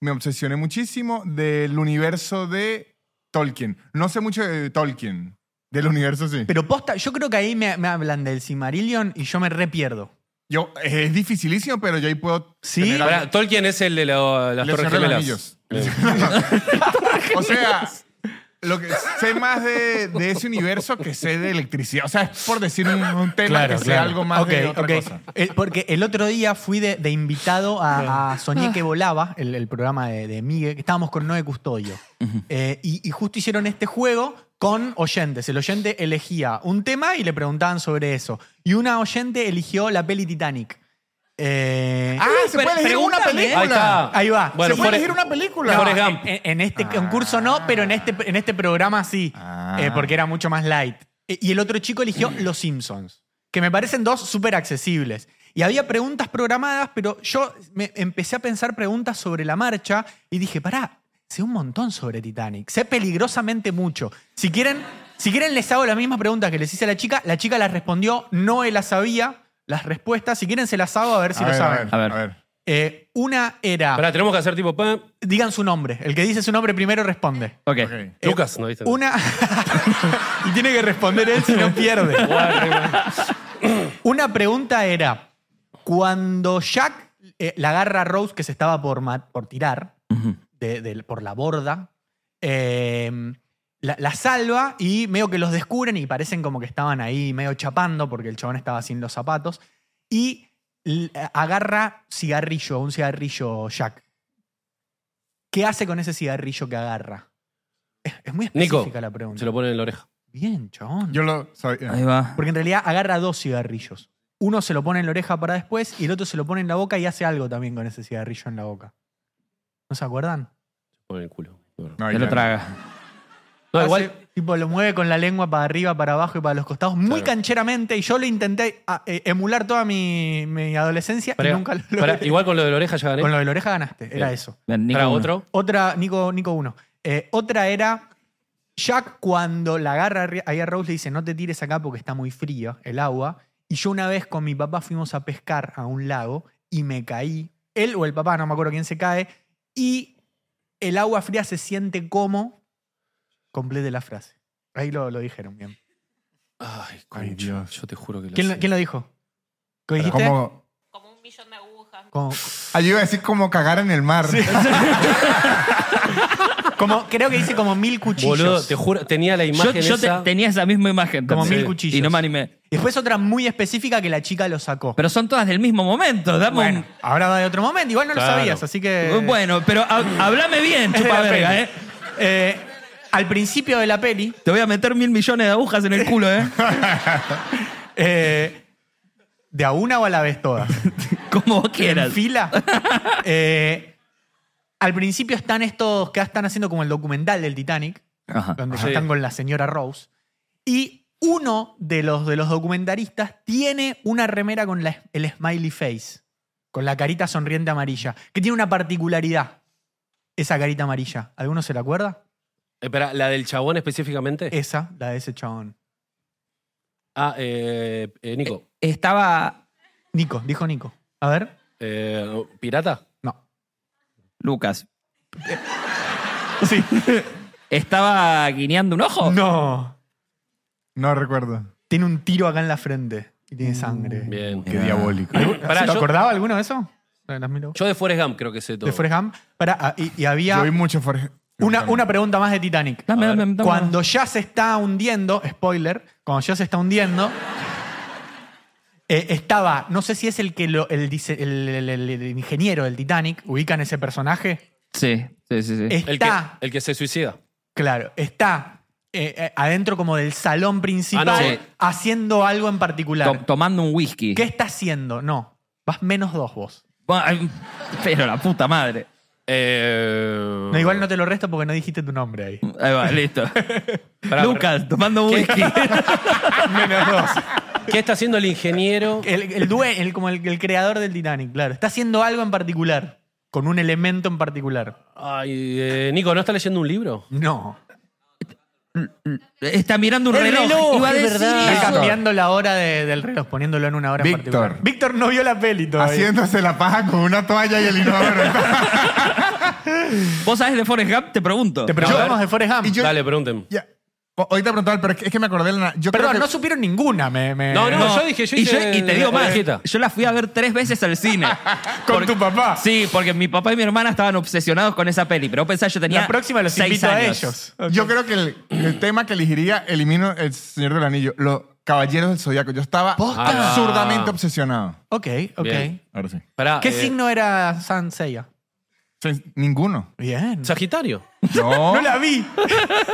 Speaker 5: me obsesioné muchísimo del universo de Tolkien. No sé mucho de Tolkien. Del universo, sí.
Speaker 2: Pero posta, yo creo que ahí me, me hablan del Cimarillion y yo me repierdo.
Speaker 5: Yo, es dificilísimo, pero yo ahí puedo.
Speaker 2: ¿Sí?
Speaker 5: tener algo.
Speaker 3: Pará, Tolkien es el de la- las
Speaker 5: Le
Speaker 3: Torres
Speaker 5: cerré los
Speaker 3: Gemelas.
Speaker 5: O sea, lo que sé más de, de ese universo que sé de electricidad. O sea, es por decir un, un tema que sea algo más
Speaker 2: Ok,
Speaker 5: de otra
Speaker 2: ok.
Speaker 5: cosa.
Speaker 2: El- porque el otro día fui de, de invitado a, a Soñé que volaba, el, el programa de, de Migue, que estábamos con Noé Custodio. Eh, y, y justo hicieron este juego con oyentes. El oyente elegía un tema y le preguntaban sobre eso. Y una oyente eligió la peli Titanic. Eh,
Speaker 5: Ah, se puede elegir una
Speaker 4: pregúntame.
Speaker 5: película.
Speaker 3: Ahí está.
Speaker 2: Ahí va.
Speaker 3: Bueno,
Speaker 5: se puede
Speaker 3: Forrest-
Speaker 5: elegir una película.
Speaker 2: No,
Speaker 3: Forrest Gump.
Speaker 2: En, en este concurso no, pero en este, en este programa sí.
Speaker 5: Ah.
Speaker 2: Eh, porque era mucho más light. E- Y el otro chico eligió Los Simpsons, que me parecen dos súper accesibles. Y había preguntas programadas, pero yo me empecé a pensar preguntas sobre la marcha y dije, pará, sé un montón sobre Titanic, sé peligrosamente mucho. Si quieren, si quieren les hago las mismas preguntas que les hice a la chica, la chica las respondió, no las sabía, las respuestas, si quieren se las hago a ver si
Speaker 5: A
Speaker 2: lo
Speaker 5: ver, a
Speaker 2: saben.
Speaker 5: ver,
Speaker 4: A ver.
Speaker 5: a ver.
Speaker 2: Eh, una era,
Speaker 3: Pará, tenemos que hacer tipo... pam.
Speaker 2: digan su nombre, el que dice su nombre primero responde.
Speaker 4: Ok.
Speaker 5: Ok.
Speaker 2: Eh,
Speaker 3: Lucas, ¿no viste?
Speaker 2: Una. y tiene que responder él si no pierde. Una pregunta era: cuando Jack eh, la agarra a Rose, que se estaba por, ma- por tirar de- del- por la borda, eh, la, la salva y medio que los descubren y parecen como que estaban ahí medio chapando porque el chabón estaba sin los zapatos. Y l- agarra cigarrillo, un cigarrillo Jack. ¿Qué hace con ese cigarrillo que agarra? Es, es muy específica
Speaker 3: Nico,
Speaker 2: la pregunta.
Speaker 3: Se lo ponen en la oreja.
Speaker 2: Bien, chabón.
Speaker 5: Yo lo sabía.
Speaker 4: Ahí va.
Speaker 2: Porque en realidad agarra dos cigarrillos. Uno se lo pone en la oreja para después y el otro se lo pone en la boca y hace algo también con ese cigarrillo en la boca. ¿No se acuerdan?
Speaker 3: Con el culo. No,
Speaker 5: No,
Speaker 4: Él
Speaker 5: ya
Speaker 4: lo
Speaker 5: no.
Speaker 4: traga.
Speaker 3: No, igual.
Speaker 2: Hace, tipo, lo mueve con la lengua para arriba, para abajo y para los costados, muy
Speaker 3: Claro.
Speaker 2: cancheramente. Y yo lo intenté ah, eh, emular toda mi, mi adolescencia
Speaker 3: pará,
Speaker 2: y nunca lo logré.
Speaker 3: pará, igual eh. con lo de la oreja ya gané.
Speaker 2: Con lo de la oreja ganaste, era
Speaker 3: Bien.
Speaker 2: eso.
Speaker 4: Nico,
Speaker 3: Traga
Speaker 4: uno.
Speaker 3: otro.
Speaker 2: Otra, Nico, Nico 1. otra era Jack cuando la agarra arri- ahí a Rose le dice, no te tires acá porque está muy frío el agua. Y yo una vez con mi papá fuimos a pescar a un lago y me caí. Él o el papá, no me acuerdo quién se cae. Y el agua fría se siente como... Complete la frase. Ahí lo, lo dijeron bien.
Speaker 3: Ay,
Speaker 5: Ay,
Speaker 3: concha,
Speaker 5: Dios.
Speaker 3: Yo te juro que lo
Speaker 2: ¿Quién, lo-
Speaker 3: sé.
Speaker 2: quién lo dijo? ¿Qué dijiste?
Speaker 5: Como,
Speaker 7: como un millón de agujas.
Speaker 2: Como-
Speaker 5: ah, yo iba a decir como cagar en el mar.
Speaker 2: como- creo que dice como mil cuchillos.
Speaker 3: Boludo, te juro, tenía la
Speaker 4: Yo,
Speaker 3: imagen
Speaker 4: yo te-
Speaker 3: esa.
Speaker 4: tenía esa misma imagen.
Speaker 2: Como
Speaker 4: también.
Speaker 2: mil cuchillos.
Speaker 4: Y no me animé.
Speaker 2: Y Después otra muy específica que la chica lo sacó.
Speaker 4: Pero son todas del mismo momento. Dame
Speaker 2: Bueno, ahora va de otro momento. Igual no
Speaker 3: Claro.
Speaker 2: lo sabías, así que.
Speaker 4: un... Bueno, pero ha- hablame bien,
Speaker 2: Es de la
Speaker 4: chupa verga,
Speaker 2: peli.
Speaker 4: ¿eh?
Speaker 2: Eh, Al principio de la peli,
Speaker 4: Te voy a meter mil millones de agujas en el culo, ¿eh?
Speaker 2: eh, de a una o a la vez todas,
Speaker 4: Como vos
Speaker 2: en
Speaker 4: quieras.
Speaker 2: fila. eh, al principio están estos que están haciendo como el documental del Titanic,
Speaker 4: Ajá.
Speaker 2: donde ya
Speaker 3: Sí.
Speaker 2: están con la señora Rose. Y uno de los, de los documentaristas tiene una remera con la- el smiley face, con la carita sonriente amarilla, que tiene una particularidad. Esa carita amarilla. ¿Alguno se la acuerda?
Speaker 3: Espera, la del chabón específicamente.
Speaker 2: Esa, la de ese chabón.
Speaker 3: Ah, eh, eh, Nico.
Speaker 4: Estaba
Speaker 2: Nico, dijo Nico. A ver.
Speaker 3: Eh, ¿Pirata?
Speaker 2: No.
Speaker 4: Lucas.
Speaker 2: Sí.
Speaker 4: ¿Estaba guiñando un
Speaker 3: Oh.
Speaker 4: ojo?
Speaker 2: No.
Speaker 5: No recuerdo.
Speaker 2: Tiene un tiro acá en la frente y tiene sangre.
Speaker 3: Uh, Bien.
Speaker 5: Qué diabólico.
Speaker 3: Pará,
Speaker 2: ¿Se
Speaker 3: yo-
Speaker 2: acordaba alguno de eso? De las mil hojas.
Speaker 3: Yo de Forrest Gump creo que sé todo.
Speaker 2: De Forrest Gump. Pará, ah, y, y
Speaker 5: Yo
Speaker 2: había
Speaker 5: vi mucho Forrest.
Speaker 2: una, una pregunta más de Titanic.
Speaker 4: Dame,
Speaker 3: A ver.
Speaker 4: dame, dame.
Speaker 2: Cuando ya se está hundiendo, spoiler, cuando ya se está hundiendo, eh, estaba, no sé si es el que lo- el, dice- el- el- el- el ingeniero del Titanic, ubican ese personaje.
Speaker 4: Sí, sí, sí. sí.
Speaker 3: el, que,
Speaker 2: Está,
Speaker 3: el que se suicida.
Speaker 2: claro, está eh, eh, adentro como del salón principal
Speaker 3: Ah, no. Sí.
Speaker 2: haciendo algo en
Speaker 4: To-
Speaker 2: particular.
Speaker 4: tomando un whisky.
Speaker 2: ¿Qué está haciendo? No, vas menos dos vos.
Speaker 4: Ay, Pero la puta madre.
Speaker 3: Eh,
Speaker 2: No, igual no te lo resto porque no dijiste tu nombre ahí.
Speaker 4: Ahí va, listo.
Speaker 3: pará,
Speaker 4: Lucas, tomando un whisky.
Speaker 2: Menos dos.
Speaker 3: pará. ¿Qué está haciendo el ingeniero?
Speaker 2: El, el due- el- como el, el creador del Titanic, claro. Está haciendo algo en particular, con un elemento en particular.
Speaker 3: Ay, eh, Nico, ¿no está leyendo un libro?
Speaker 2: No.
Speaker 4: Está mirando un
Speaker 2: El
Speaker 4: reloj.
Speaker 2: reloj,
Speaker 4: Iba a
Speaker 2: es
Speaker 4: decir
Speaker 2: Está
Speaker 4: eso.
Speaker 2: cambiando la hora de- del reloj, poniéndolo en una hora en
Speaker 5: Víctor.
Speaker 2: particular. Víctor no vio la peli todavía.
Speaker 5: Haciéndose la paja con una toalla y el inodoro.
Speaker 4: ¿Vos sabés de Forrest Gump? Te pregunto.
Speaker 2: Te preguntamos
Speaker 5: Yo-
Speaker 2: de Forrest Gump.
Speaker 5: y yo-
Speaker 3: Dale, pregunten.
Speaker 5: Ya. O- Ahorita preguntaba, pero es que- es que me acordé de la. Yo creo
Speaker 2: Perdón,
Speaker 5: que-
Speaker 2: no supieron ninguna. Me, me-
Speaker 3: No, no, yo dije, yo
Speaker 4: y,
Speaker 3: hice
Speaker 4: y te digo
Speaker 3: la
Speaker 4: más,
Speaker 3: orejita.
Speaker 4: yo la fui a ver tres veces al cine.
Speaker 2: Con
Speaker 4: Porque-
Speaker 2: tu papá.
Speaker 4: Sí, porque mi papá y mi hermana estaban obsesionados con esa peli, pero vos pensás yo tenía
Speaker 2: La próxima los
Speaker 4: seis
Speaker 2: invito a
Speaker 4: años.
Speaker 2: ellos.
Speaker 5: Yo creo que el, el tema que elegiría elimino el Señor del Anillo, los Caballeros del Zodiaco. Yo estaba
Speaker 2: Posta.
Speaker 5: absurdamente obsesionado.
Speaker 2: Ok, ok.
Speaker 3: Bien.
Speaker 5: Ahora sí.
Speaker 3: Pará,
Speaker 2: ¿Qué
Speaker 3: eh,
Speaker 2: signo era San Seiya?
Speaker 5: Sí, Ninguno.
Speaker 2: Bien.
Speaker 3: Sagitario. Ah,
Speaker 5: No,
Speaker 2: No la vi.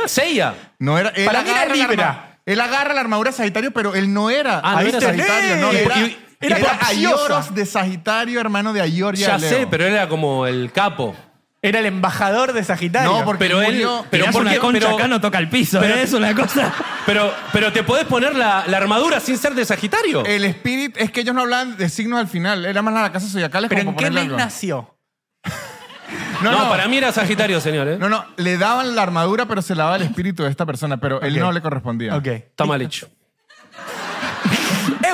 Speaker 3: Seiya.
Speaker 5: no era. Él
Speaker 2: Para mí era
Speaker 5: agarra, la
Speaker 2: Libra.
Speaker 5: arma- él agarra la armadura de Sagitario, pero él no era.
Speaker 3: Ah, no era
Speaker 5: tenés.
Speaker 3: Sagitario, no,
Speaker 5: Era,
Speaker 3: y-
Speaker 2: era
Speaker 5: era,
Speaker 2: capciosa.
Speaker 5: Aioros de Sagitario, hermano de Aior y
Speaker 3: Ya
Speaker 5: Aleo.
Speaker 3: sé, pero él era como el capo.
Speaker 2: Era el embajador de Sagitario.
Speaker 5: No, porque
Speaker 3: Pero él-
Speaker 5: murió-
Speaker 3: pero
Speaker 4: Pero
Speaker 3: ¿por qué?
Speaker 4: una concha
Speaker 3: Pero-
Speaker 4: acá no toca el piso, ¿eh? es una cosa.
Speaker 3: Pero, pero te podés poner la, la armadura sin ser de Sagitario.
Speaker 5: el espíritu es que ellos no hablaban de signos al final. Era más la casa zodiacal.
Speaker 2: ¿Pero en qué mes nació?
Speaker 5: No,
Speaker 3: no,
Speaker 5: no,
Speaker 3: para mí era Sagitario, señor. ¿eh?
Speaker 5: No, no, le daban la armadura, pero se la daba el espíritu de esta persona, pero él
Speaker 2: Ok.
Speaker 5: no le correspondía.
Speaker 2: Ok. Es
Speaker 3: Está mal hecho.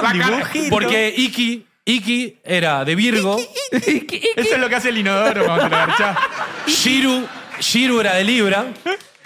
Speaker 2: un dibujito.
Speaker 3: Porque Iki, Iki era de Virgo.
Speaker 2: Eso es lo que hace el inodoro cuando te lo garchás.
Speaker 3: Shiru, Shiru era de Libra.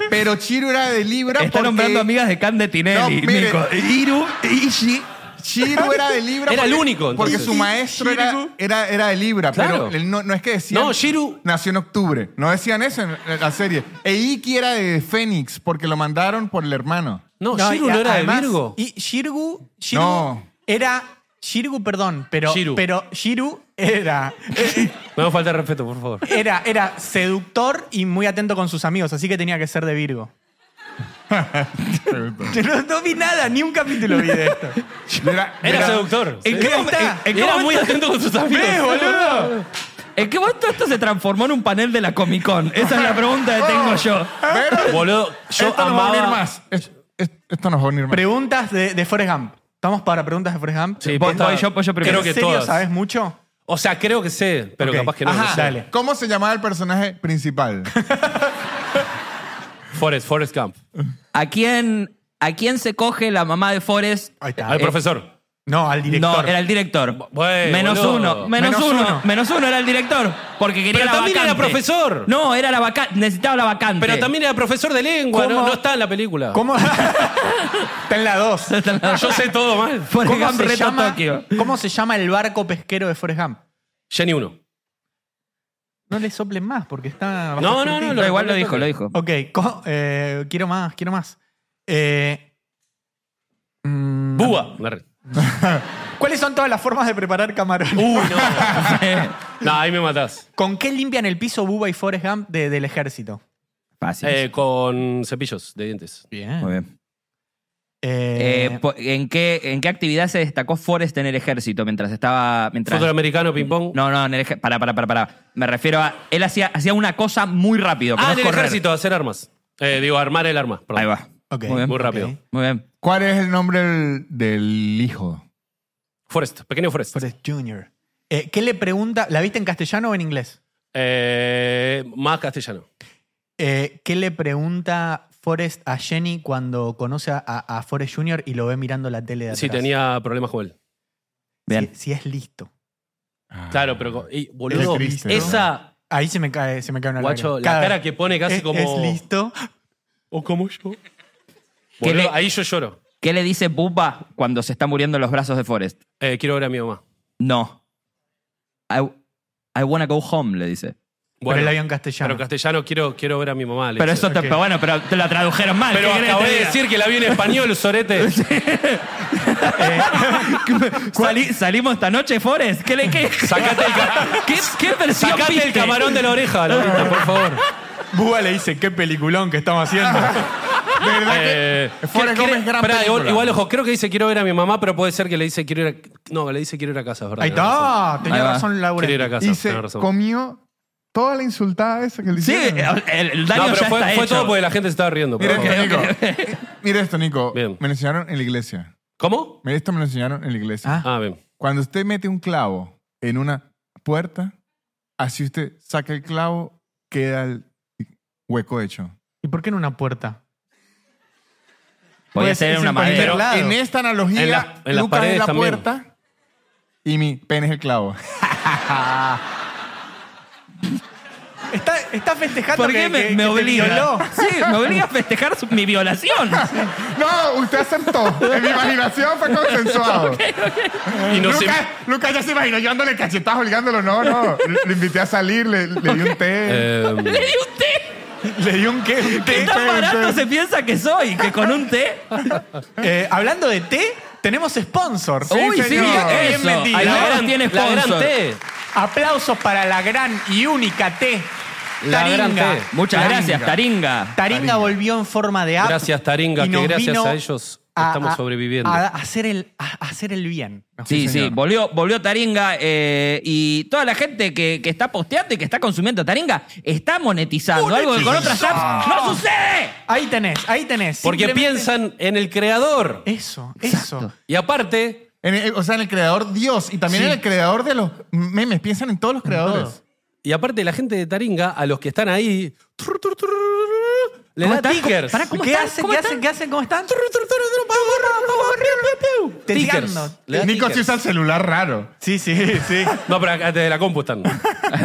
Speaker 5: Pero Chiru era de Libra
Speaker 4: Está
Speaker 5: porque...
Speaker 4: nombrando amigas de Cande
Speaker 5: No,
Speaker 4: Tinelli,
Speaker 5: mire,
Speaker 4: Nico.
Speaker 5: Iru, Ishi... Chiru era de Libra
Speaker 3: Era el
Speaker 5: porque-
Speaker 3: único, entonces.
Speaker 5: Porque su maestro era,
Speaker 2: Shiru.
Speaker 5: era, era de Libra,
Speaker 3: Claro.
Speaker 5: pero él no, no es que decían...
Speaker 3: No, Shiru-
Speaker 5: Nació en octubre. No decían eso en la serie. E Iki era de Fénix porque lo mandaron por el hermano.
Speaker 3: No, Shiru no
Speaker 2: y
Speaker 3: era
Speaker 2: además-
Speaker 3: de Virgo.
Speaker 2: Y Shirgu, Shirgu
Speaker 5: No.
Speaker 2: era. Shirgu, perdón, pero.
Speaker 3: Shiru.
Speaker 2: Pero Shiru era. eh,
Speaker 3: No me falta de respeto, por favor.
Speaker 2: Era, era seductor y muy atento con sus amigos, así que tenía que ser de Virgo. Yo no, no vi nada, ni un capítulo vi de esto.
Speaker 5: Yo era- yo
Speaker 2: Era-
Speaker 5: era-
Speaker 3: seductor.
Speaker 1: ¿En qué, momen-
Speaker 2: está.
Speaker 1: en- en qué
Speaker 3: Era muy
Speaker 1: momento,
Speaker 3: atento con sus amigos.
Speaker 2: ¡Eh, boludo!
Speaker 1: en qué momento esto se transformó en un panel de la Comic Con? Esa es la pregunta que tengo yo.
Speaker 3: Boludo, yo
Speaker 5: esto nos va a unir
Speaker 3: amaba...
Speaker 5: más. Es- es- esto nos va a unir más.
Speaker 2: Preguntas de, de Forrest Gump. ¿Estamos para preguntas de Forrest Gump?
Speaker 1: Sí, voy- voy yo, voy yo primero.
Speaker 3: Creo que
Speaker 2: ¿En serio
Speaker 3: todas.
Speaker 2: sabes mucho?
Speaker 3: O sea, creo que sé, pero
Speaker 2: Ok.
Speaker 3: capaz que no.
Speaker 2: Ajá,
Speaker 3: no sé.
Speaker 2: dale.
Speaker 5: ¿Cómo se llamaba el personaje principal?
Speaker 3: Forrest, Forrest Gump.
Speaker 4: ¿A quién, ¿A quién se coge la mamá de Forrest?
Speaker 2: Ahí está.
Speaker 3: Al profesor.
Speaker 2: No, al director.
Speaker 4: No, era el director.
Speaker 3: Güey,
Speaker 4: menos
Speaker 3: boludo.
Speaker 4: uno, menos,
Speaker 2: Menos
Speaker 4: uno,
Speaker 2: uno.
Speaker 4: menos uno era el director. Porque quería
Speaker 3: Pero
Speaker 4: la
Speaker 3: también era
Speaker 4: vacante.
Speaker 3: profesor.
Speaker 4: No, era la vacante. Necesitaba la vacante.
Speaker 3: Pero también era profesor de lengua,
Speaker 2: ¿Cómo?
Speaker 3: no, no está en la película. Ah,
Speaker 2: ¿Cómo? está en la 2.
Speaker 3: Yo sé todo mal.
Speaker 4: Forrest
Speaker 2: ¿Cómo,
Speaker 4: Gump
Speaker 2: se
Speaker 4: reto
Speaker 2: llama-
Speaker 4: Tokio.
Speaker 2: ¿Cómo se llama el barco pesquero de Forrest Gump?
Speaker 3: Jenny uno.
Speaker 2: No le soplen más porque está... bajo
Speaker 3: No, no, no,
Speaker 2: escrutinio.
Speaker 4: Pero igual lo dijo, lo dijo.
Speaker 2: Ok, co- eh, quiero más, quiero más. Eh, mm,
Speaker 3: Búa.
Speaker 2: ¿Cuáles son todas las formas de preparar camarones?
Speaker 3: Uy, no. no, ahí me matás.
Speaker 2: ¿Con qué limpian el piso Bubba y Forrest Gump de- del ejército?
Speaker 4: Fácil.
Speaker 3: Eh, con cepillos de dientes.
Speaker 2: Bien.
Speaker 4: Muy bien. Eh, po- ¿en, qué, ¿En qué actividad se destacó Forrest en el ejército mientras estaba. Mientras...
Speaker 3: Fútbol americano, ping-pong.
Speaker 4: No, no, en el ejército. Para, para, para, Me refiero a. Él hacía, hacía una cosa muy rápido. que no
Speaker 3: ah,
Speaker 4: es
Speaker 3: en el
Speaker 4: correr.
Speaker 3: ejército, hacer armas. Eh, digo, armar el arma. perdón.
Speaker 4: Ahí va.
Speaker 2: Ok,
Speaker 4: Muy bien.
Speaker 3: Muy rápido.
Speaker 2: ok.
Speaker 4: Muy bien.
Speaker 5: ¿Cuál es el nombre del, del hijo?
Speaker 3: Forrest, pequeño Forrest.
Speaker 2: Forrest Jr. Eh, ¿Qué le pregunta? ¿La viste en castellano o en inglés?
Speaker 3: Eh, más castellano.
Speaker 2: Eh, ¿Qué le pregunta Forrest a Jenny cuando conoce a, a Forrest Jr. y lo ve mirando la tele de atrás?
Speaker 3: Sí, tenía problemas con él.
Speaker 4: Bien.
Speaker 2: Si, si es listo.
Speaker 3: Claro, pero. con- y, boludo,
Speaker 5: Es triste, ¿no?
Speaker 3: esa,
Speaker 2: Ahí se me cae, se me cae una
Speaker 3: guacho,
Speaker 2: lágrima.
Speaker 3: la
Speaker 2: Cada-
Speaker 3: cara que pone casi
Speaker 2: es,
Speaker 3: como.
Speaker 2: es listo.
Speaker 3: O como yo.
Speaker 4: ¿Qué
Speaker 3: Boludo,
Speaker 4: le-
Speaker 3: ahí yo lloro.
Speaker 4: ¿Qué le dice Bubba cuando se está muriendo en los brazos de Forrest?
Speaker 3: Eh, quiero ver a mi mamá.
Speaker 4: No. I, I wanna go home, le dice.
Speaker 2: pero
Speaker 3: Bueno,
Speaker 2: el avión castellano.
Speaker 3: pero en castellano quiero, quiero ver a mi mamá. le
Speaker 4: Pero
Speaker 3: dice.
Speaker 4: eso te, pero bueno, pero te la tradujeron mal.
Speaker 3: Pero
Speaker 4: ¿qué querés que
Speaker 3: acabé
Speaker 4: te
Speaker 3: de
Speaker 4: diga?
Speaker 3: decir que la vi en español, sorete.
Speaker 4: Salí- salimos esta noche, Forrest. ¿Qué le qué?
Speaker 3: Sacate el, ca-
Speaker 4: ¿Qué, qué versión
Speaker 3: sacate el
Speaker 4: viste?
Speaker 3: camarón de la oreja, Lolita, por favor.
Speaker 2: Búa le dice, qué peliculón que estamos haciendo.
Speaker 5: ¿Verdad
Speaker 3: Eh,
Speaker 5: que Forrest Gump es gran
Speaker 3: Esperá, igual,
Speaker 5: película?
Speaker 3: igual, ojo, creo que dice quiero ver a mi mamá, pero puede ser que le dice quiero ir a... No, le dice quiero ir a casa, es ¿verdad?
Speaker 2: Ahí está,
Speaker 4: Ahí
Speaker 2: tenía
Speaker 4: va.
Speaker 2: razón Laura.
Speaker 3: Quiero ir a casa,
Speaker 5: Y
Speaker 3: tenés
Speaker 5: se
Speaker 3: razón. eh,
Speaker 5: comió toda la insultada esa que le
Speaker 4: Sí,
Speaker 5: hicieron.
Speaker 4: el, el daño
Speaker 3: No, pero
Speaker 4: ya
Speaker 3: fue,
Speaker 4: está
Speaker 3: fue
Speaker 4: hecho.
Speaker 3: todo porque la gente se estaba riendo. por
Speaker 5: Mira
Speaker 3: favor.
Speaker 5: esto, Nico. Eh, Mira esto, Nico.
Speaker 3: Bien.
Speaker 5: Me lo enseñaron en la iglesia.
Speaker 3: ¿Cómo?
Speaker 5: Mira, Esto me lo enseñaron en la iglesia.
Speaker 3: Ah, bien.
Speaker 5: Cuando usted mete un clavo en una puerta, así usted saca el clavo, queda el hueco hecho.
Speaker 2: ¿Y por qué en una puerta?
Speaker 4: Podía
Speaker 2: Pues,
Speaker 4: ser
Speaker 2: es
Speaker 4: una
Speaker 2: el país.
Speaker 4: madera.
Speaker 5: Pero
Speaker 2: lado.
Speaker 5: en esta analogía,
Speaker 3: En la- en las
Speaker 5: Lucas es
Speaker 3: paredes
Speaker 5: la
Speaker 3: también.
Speaker 5: puerta y mi pene es el clavo.
Speaker 2: Está, está festejando
Speaker 4: ¿Por
Speaker 2: que-
Speaker 4: qué me,
Speaker 2: que-
Speaker 4: me
Speaker 2: que te violó.
Speaker 4: obliga? Sí, me obliga a festejar su- mi violación.
Speaker 5: No, usted acertó. En mi imaginación fue consensuado.
Speaker 3: Y nos
Speaker 5: Lucas, Lucas ya se imaginó yo dándole cachetadas, obligándolo. No, no. Le, le invité a salir, le, le di un té.
Speaker 3: em,
Speaker 4: Le di un té.
Speaker 2: Le dio un qué. un
Speaker 4: ¿Qué
Speaker 2: té.
Speaker 4: tan
Speaker 5: té,
Speaker 4: barato
Speaker 5: té.
Speaker 4: se piensa que soy? Que con un té.
Speaker 2: Eh, hablando de té, tenemos sponsor.
Speaker 5: Uy, sí, señor.
Speaker 2: mira qué
Speaker 4: Eso.
Speaker 2: bien metida.
Speaker 4: Ahí
Speaker 3: la
Speaker 4: Ahora
Speaker 3: gran,
Speaker 4: tiene
Speaker 3: la gran
Speaker 4: sponsor.
Speaker 3: T.
Speaker 2: Aplausos para la gran y única té.
Speaker 3: La
Speaker 2: Taringa.
Speaker 3: gran té.
Speaker 4: Muchas gracias, Taringa.
Speaker 2: Taringa, volvió en forma de app.
Speaker 3: Gracias, Taringa,
Speaker 2: y
Speaker 3: que
Speaker 2: nos
Speaker 3: gracias
Speaker 2: vino
Speaker 3: a ellos
Speaker 2: a-
Speaker 3: estamos
Speaker 2: a-
Speaker 3: sobreviviendo.
Speaker 2: A, hacer el, a hacer el bien.
Speaker 4: Sí, sí, volvió, volvió Taringa eh, y toda la gente que, que está posteando y que está consumiendo Taringa está monetizando. Algo que con otras apps no sucede.
Speaker 2: Ahí tenés, ahí tenés.
Speaker 3: Porque
Speaker 2: Simplemente-
Speaker 3: piensan en el creador.
Speaker 2: Eso, eso.
Speaker 3: Y aparte,
Speaker 5: En el- o sea, en el creador Dios y también
Speaker 2: Sí.
Speaker 5: en el creador de los memes. Piensan en todos los creadores.
Speaker 3: y aparte la gente de Taringa, a los que están ahí, tur, tur, tur, le da tickers.
Speaker 2: ¿Qué hacen? ¿Qué hacen? ¿Qué hacen? ¿Cómo están? Te
Speaker 3: Tickers.
Speaker 2: tirando.
Speaker 3: Le da
Speaker 5: Nico se
Speaker 3: tickers.
Speaker 5: usa el celular raro.
Speaker 2: Sí, sí, sí.
Speaker 3: No, pero acá desde la compu están.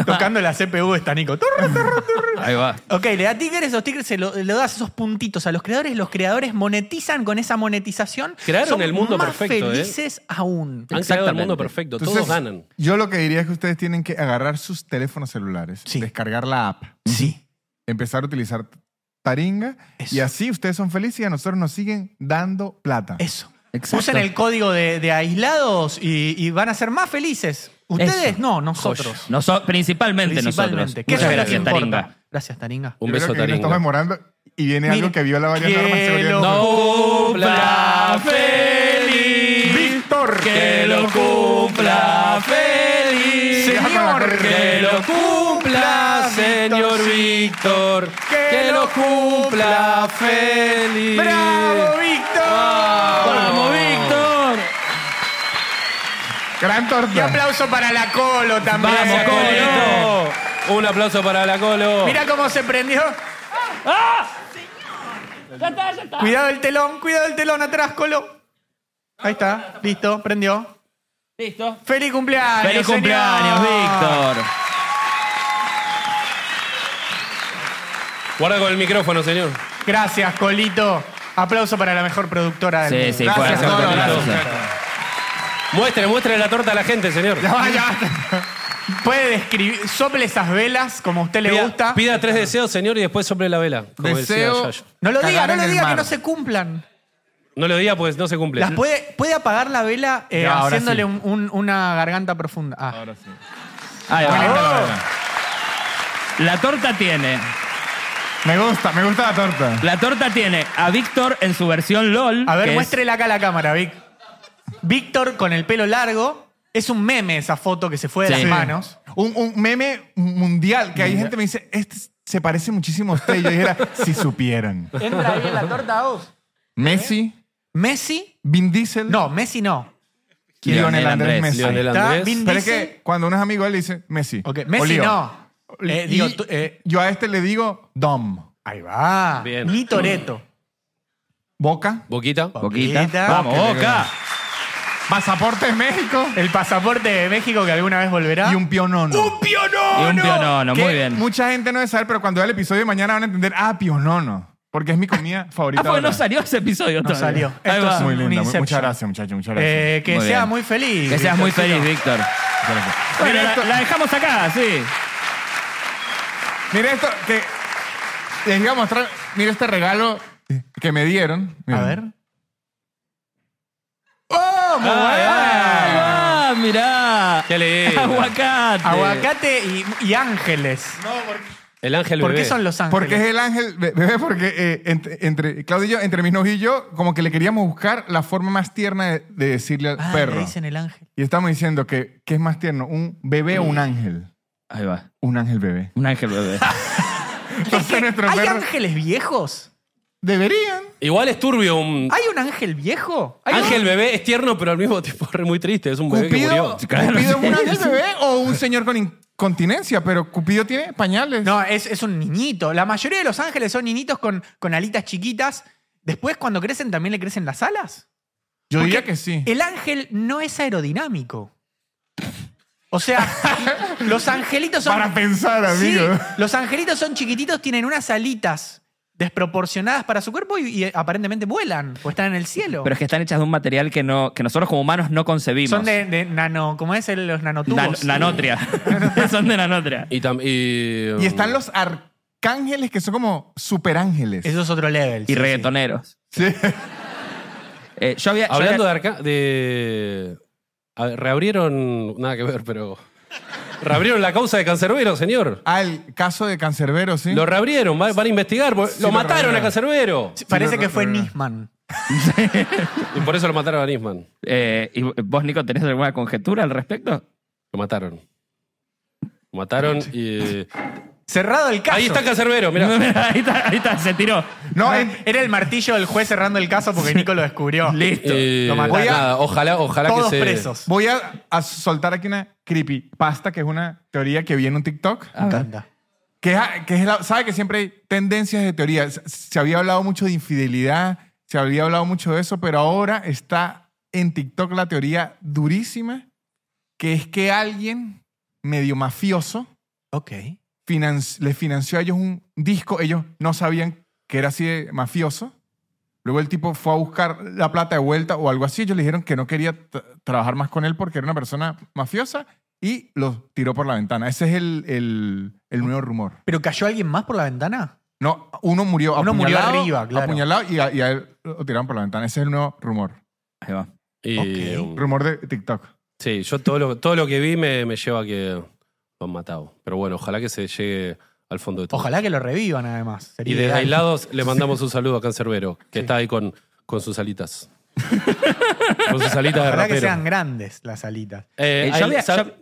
Speaker 2: Tocando la CPU está Nico. Turru, turru, turru.
Speaker 4: Ahí va.
Speaker 2: ok, le da tickets, esos tickets se lo, le das esos puntitos a los creadores, los creadores monetizan con esa monetización.
Speaker 3: Crearon
Speaker 2: Son
Speaker 3: el mundo
Speaker 2: más
Speaker 3: perfecto, ¿eh?
Speaker 2: felices aún.
Speaker 3: Han creado el mundo perfecto. Todos ganan.
Speaker 5: Yo lo que diría es que ustedes tienen que agarrar sus teléfonos celulares,
Speaker 2: Sí.
Speaker 5: descargar la app,
Speaker 2: Sí.
Speaker 5: empezar a utilizar Taringa
Speaker 2: Eso.
Speaker 5: y así ustedes son felices y a nosotros nos siguen dando plata.
Speaker 2: Eso.
Speaker 4: Exacto.
Speaker 2: Usen el código de, de aislados y, y van a ser más felices. Ustedes
Speaker 4: Eso.
Speaker 2: no, nosotros.
Speaker 4: Noso- principalmente,
Speaker 2: Principalmente.
Speaker 4: nosotros.
Speaker 2: Que eso es
Speaker 4: Muchas
Speaker 2: lo que
Speaker 4: gracias,
Speaker 2: importa.
Speaker 4: Taringa.
Speaker 2: Gracias, Taringa.
Speaker 3: Un
Speaker 5: Yo creo
Speaker 3: beso,
Speaker 5: que nos
Speaker 3: Taringa.
Speaker 5: estamos demorando y viene algo que viola varias normas de seguridad.
Speaker 1: cumpla
Speaker 3: feliz.
Speaker 5: Víctor.
Speaker 1: Que lo cumpla feliz.
Speaker 5: Deja con la correa.
Speaker 3: Que lo cumpla, señor Víctor. Que lo cumpla feliz.
Speaker 5: ¡Bravo, Víctor!
Speaker 1: ¡Vamos, Víctor!
Speaker 5: Gran torta.
Speaker 2: aplauso para la Colo también.
Speaker 1: Vamos, Colo.
Speaker 3: Colo! Un aplauso para la Colo.
Speaker 2: Mira cómo se prendió. Cuidado el telón, cuidado el telón atrás, Colo. Ahí está, listo, prendió.
Speaker 4: Listo.
Speaker 2: ¡Feliz cumpleaños!
Speaker 1: ¡Feliz
Speaker 2: señor!
Speaker 1: cumpleaños, Víctor!
Speaker 3: Guarda con el micrófono, señor.
Speaker 2: Gracias, Colito. Aplauso para la mejor productora del
Speaker 4: Sí,
Speaker 2: mundo.
Speaker 4: sí,
Speaker 5: Gracias,
Speaker 4: fuerza,
Speaker 5: Colo,
Speaker 4: Colo,
Speaker 5: gracias.
Speaker 4: fuerza.
Speaker 3: Muestre, muestre la torta a la gente, señor.
Speaker 5: Ya va, ya va.
Speaker 2: Puede describir, sople esas velas como a usted le
Speaker 3: Pida-
Speaker 2: gusta.
Speaker 3: Pida tres deseos, señor, y después sople la vela. Como
Speaker 5: Deseo-
Speaker 3: decía Yayo.
Speaker 2: No lo diga,
Speaker 5: Cagar
Speaker 2: no
Speaker 5: en
Speaker 2: lo
Speaker 5: el
Speaker 2: diga, que
Speaker 5: mar.
Speaker 2: no se cumplan.
Speaker 3: No lo diga, pues no se cumple.
Speaker 2: Las puede, puede apagar la vela eh,
Speaker 5: Ya, ahora
Speaker 2: haciéndole
Speaker 5: sí.
Speaker 2: un- un- una garganta profunda. Ah.
Speaker 5: Ahora sí.
Speaker 1: Ahí va.
Speaker 5: Muy linda la verdad.
Speaker 1: La torta tiene.
Speaker 5: Me gusta, me gusta la torta.
Speaker 1: La torta tiene a Víctor en su versión LOL.
Speaker 2: A ver,
Speaker 1: que es-
Speaker 2: muéstrela acá a la cámara, Vic. Víctor con el pelo largo. Es un meme esa foto que se fue de
Speaker 5: Sí.
Speaker 2: las manos.
Speaker 5: Un, un meme mundial que hay gente que me dice, este se parece muchísimo a usted. Y yo dijera, si supieran.
Speaker 2: Entra ahí en la torta vos.
Speaker 5: Messi,
Speaker 2: Messi.
Speaker 5: Vin Diesel,
Speaker 2: No, Messi no.
Speaker 5: Lionel Andrés Messi.
Speaker 3: Lionel
Speaker 2: Está
Speaker 3: Andrés.
Speaker 2: Vin
Speaker 5: Pero es
Speaker 2: Diesel.
Speaker 5: que cuando uno es amigo, él le dice Messi.
Speaker 2: Ok,
Speaker 5: O
Speaker 2: Messi
Speaker 5: Leo.
Speaker 2: no. Eh,
Speaker 5: Y
Speaker 2: digo, tú- eh,
Speaker 5: yo a este le digo Dom.
Speaker 2: ahí va.
Speaker 3: Bien.
Speaker 2: Ni Toreto.
Speaker 5: Boca.
Speaker 3: Boquita.
Speaker 1: Boquita.
Speaker 2: Boquita.
Speaker 1: Vamos,
Speaker 5: Qué
Speaker 1: Boca.
Speaker 5: Pasaporte México.
Speaker 2: El pasaporte de México que alguna vez volverá.
Speaker 5: Y un pionono.
Speaker 1: Y un pionono,
Speaker 5: Que
Speaker 1: muy bien.
Speaker 5: Mucha gente no debe saber, pero cuando vea el episodio de mañana van a entender, ah, pionono. Porque es mi comida favorita.
Speaker 1: Ah, porque no
Speaker 5: ahora.
Speaker 1: salió ese episodio
Speaker 2: No
Speaker 1: todavía.
Speaker 2: salió.
Speaker 1: Ahí
Speaker 2: Esto
Speaker 1: va.
Speaker 2: es
Speaker 5: Muy
Speaker 2: Un
Speaker 5: lindo.
Speaker 2: Inception.
Speaker 5: Muchas gracias, muchachos. Muchas gracias.
Speaker 2: Eh, que
Speaker 1: Muy
Speaker 2: sea
Speaker 1: bien.
Speaker 2: muy feliz.
Speaker 1: Que seas muy feliz,
Speaker 2: Víctorcito.
Speaker 1: Víctor. Bueno, la,
Speaker 5: esto-
Speaker 1: la dejamos acá, sí.
Speaker 5: Mira esto, que les iba a mostrar. Mira este regalo que me dieron. Miren.
Speaker 2: A ver.
Speaker 1: Ah, mirá.
Speaker 3: Qué lindo.
Speaker 1: Aguacate.
Speaker 2: Aguacate y, y ángeles.
Speaker 3: El ángel
Speaker 2: ¿Por
Speaker 3: bebé.
Speaker 2: qué son los ángeles?
Speaker 5: Porque es el ángel, be- bebé, porque eh, ent- entre, Claudio y yo, entre mis novios y yo, como que le queríamos buscar la forma más tierna de, de decirle al
Speaker 2: Ah,
Speaker 5: perro.
Speaker 2: le dicen el ángel.
Speaker 5: Y estamos diciendo que, ¿qué es más tierno? ¿Un bebé o un ángel?
Speaker 1: Ahí va.
Speaker 5: Un ángel bebé.
Speaker 1: Un ángel bebé.
Speaker 5: Entonces nuestro
Speaker 2: ¿Hay
Speaker 5: perro...
Speaker 2: ángeles viejos?
Speaker 5: Deberían.
Speaker 3: Igual es turbio un.
Speaker 2: ¿Hay un ángel viejo? ¿Hay un-
Speaker 3: Ángel bebé es tierno, pero al mismo tiempo re muy triste. Es un bebé que
Speaker 5: Cupido,
Speaker 3: murió.
Speaker 5: Cupido es un ángel bebé o un señor con incontinencia, pero Cupido tiene pañales.
Speaker 2: No, es, es un niñito. La mayoría de los ángeles son niñitos con, con alitas chiquitas. Después, cuando crecen, ¿también le crecen las alas?
Speaker 5: yo diría
Speaker 2: Porque
Speaker 5: que sí.
Speaker 2: El ángel no es aerodinámico. O sea, los angelitos son...
Speaker 5: Para pensar,
Speaker 2: Sí,
Speaker 5: amigo.
Speaker 2: los angelitos son chiquititos, tienen unas alitas desproporcionadas para su cuerpo y, y aparentemente vuelan o están en el cielo.
Speaker 1: Pero es que están hechas de un material que, no, que nosotros como humanos no concebimos.
Speaker 2: son de, de nano... ¿Cómo es? El- Los
Speaker 1: Nan-
Speaker 2: nanotubos.
Speaker 1: nanotria. son de nanotria.
Speaker 3: Y, tam- y, um,
Speaker 5: Y están los arcángeles que son como superángeles.
Speaker 2: Eso es otro level.
Speaker 1: Y
Speaker 2: sí,
Speaker 1: reggaetoneros.
Speaker 5: Sí.
Speaker 1: Eh, yo había, yo
Speaker 3: Hablando de
Speaker 1: había-
Speaker 3: arca. De, a ver, reabrieron. Nada que ver, pero. Reabrieron la causa de Cancerbero, señor.
Speaker 5: Ah, el caso de Cancerbero, sí.
Speaker 3: Lo reabrieron, va- van, a investigar. porque
Speaker 5: Sí,
Speaker 3: lo
Speaker 5: lo
Speaker 3: mataron a
Speaker 5: reabrieron.
Speaker 3: Cancerbero.
Speaker 2: sí. Parece que fue
Speaker 5: Sí, no, no, no.
Speaker 2: Nisman.
Speaker 3: Y por eso lo mataron a Nisman.
Speaker 1: eh, ¿y vos, Nico, tenés alguna conjetura al respecto?
Speaker 3: Lo mataron. Lo mataron y.
Speaker 2: Cerrado el caso.
Speaker 3: Ahí está Cancerbero, mirá.
Speaker 1: ahí, está, ahí está, se tiró.
Speaker 5: no, eh,
Speaker 2: Ah,
Speaker 5: en-
Speaker 2: Era el martillo del juez cerrando el caso porque Nico lo descubrió.
Speaker 1: Listo.
Speaker 3: Eh,
Speaker 2: Lo mataron.
Speaker 3: nada, ojalá, ojalá
Speaker 2: Todos
Speaker 3: que se.
Speaker 2: presos.
Speaker 5: voy a, a soltar aquí una creepypasta, que es una teoría que vi en un TikTok.
Speaker 2: Me encanta.
Speaker 5: Que es, que es la- sabe que siempre hay tendencias de teoría. S- Se había hablado mucho de infidelidad, se había hablado mucho de eso, pero ahora está en TikTok la teoría durísima, que es que alguien medio mafioso
Speaker 2: Ok.
Speaker 5: financi- les financió a ellos un disco, ellos no sabían que era así de mafioso. Luego el tipo fue a buscar la plata de vuelta o algo así. Ellos le dijeron que no quería t- trabajar más con él porque era una persona mafiosa y los tiró por la ventana. Ese es el, el, el nuevo rumor.
Speaker 2: ¿Pero cayó alguien más por la ventana?
Speaker 5: No, uno murió
Speaker 2: Uno murió
Speaker 5: apuñalado,
Speaker 2: arriba, claro.
Speaker 5: apuñalado y a, y a él lo tiraron por la ventana. Ese es el nuevo rumor.
Speaker 1: Ahí va.
Speaker 3: Y,
Speaker 2: Ok.
Speaker 3: um,
Speaker 5: Rumor de TikTok.
Speaker 3: Sí, yo todo lo, todo lo que vi me, me lleva a que lo han matado. Pero bueno, ojalá que se llegue al fondo de todo.
Speaker 2: Ojalá que lo revivan, además. Sería
Speaker 3: Y desde
Speaker 2: ideal.
Speaker 3: aislados le mandamos un saludo a Cancerbero, que está ahí con, con sus alitas. con sus alitas de
Speaker 2: Ojalá que
Speaker 3: rapero.
Speaker 2: sean grandes las alitas.
Speaker 3: Eh,
Speaker 4: Eh,
Speaker 3: ahí-
Speaker 4: yo, había-
Speaker 3: sab-
Speaker 4: yo-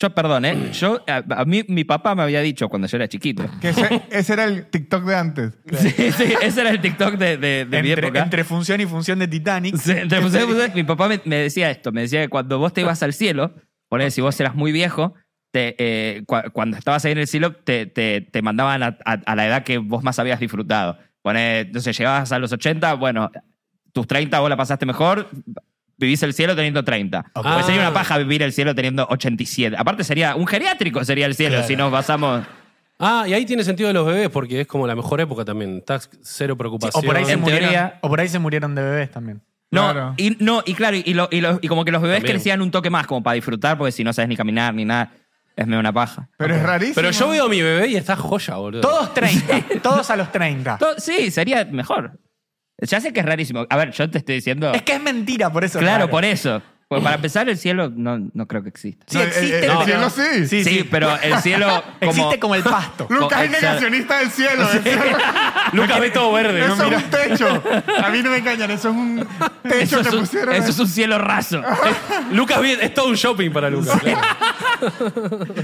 Speaker 4: yo, perdón, ¿eh? Yo, a, a mí, mi papá me había dicho cuando yo era chiquito.
Speaker 5: Que ese, ese era el TikTok de antes.
Speaker 4: Sí, sí, ese era el TikTok de, de- de mi
Speaker 2: Entre,
Speaker 4: época.
Speaker 2: entre función y función de Titanic.
Speaker 4: Sí, entre función y función, mi papá me, me decía esto, me decía que cuando vos te ibas al cielo, por ejemplo, si vos eras muy viejo, te, eh, cua- cuando estabas ahí en el cielo, te, te- te mandaban a, a- a la edad que vos más habías disfrutado. Pone, entonces llegabas a los 80, bueno, tus 30 vos la pasaste mejor, vivís el cielo teniendo 30. Pues sería una paja vivir el cielo teniendo 87. Aparte sería un geriátrico sería el cielo si nos basamos...
Speaker 3: Ah, y ahí tiene sentido de los bebés, porque es como la mejor época también. Estás cero preocupación.
Speaker 2: O por, ahí se
Speaker 4: En
Speaker 2: murieron,
Speaker 4: teoría-
Speaker 2: o por ahí se murieron de bebés también.
Speaker 4: No,
Speaker 5: Claro.
Speaker 4: y, no, y claro, y, lo- y lo- y como que los bebés
Speaker 3: También.
Speaker 4: crecían un toque más, como para disfrutar, porque si no sabes ni caminar ni nada, es medio una paja.
Speaker 5: Pero es rarísimo.
Speaker 3: Pero yo veo a mi bebé y está joya, boludo.
Speaker 2: Todos 30. todos a los 30.
Speaker 4: To- sí, sería mejor. Ya sé que es rarísimo. A ver, yo te estoy diciendo.
Speaker 2: Es que es mentira, por eso. es
Speaker 4: claro,
Speaker 2: raro.
Speaker 4: por eso. Porque para empezar, el cielo no, no creo que exista.
Speaker 2: Sí
Speaker 5: No, el-
Speaker 2: existe,
Speaker 5: el- el
Speaker 2: pero-
Speaker 5: cielo sí.
Speaker 4: Sí, pero el cielo. Como,
Speaker 2: Existe como el pasto.
Speaker 5: Lucas es
Speaker 4: Exacto.
Speaker 5: negacionista del cielo. Eso,
Speaker 3: Lucas ve todo verde.
Speaker 5: eso
Speaker 3: ¿no?
Speaker 5: es un techo. A mí no me engañan, eso es un techo
Speaker 4: Eso,
Speaker 5: que
Speaker 4: es un,
Speaker 5: pusieron.
Speaker 4: eso es un cielo raso.
Speaker 3: Lucas ve, es todo un shopping para Lucas. claro.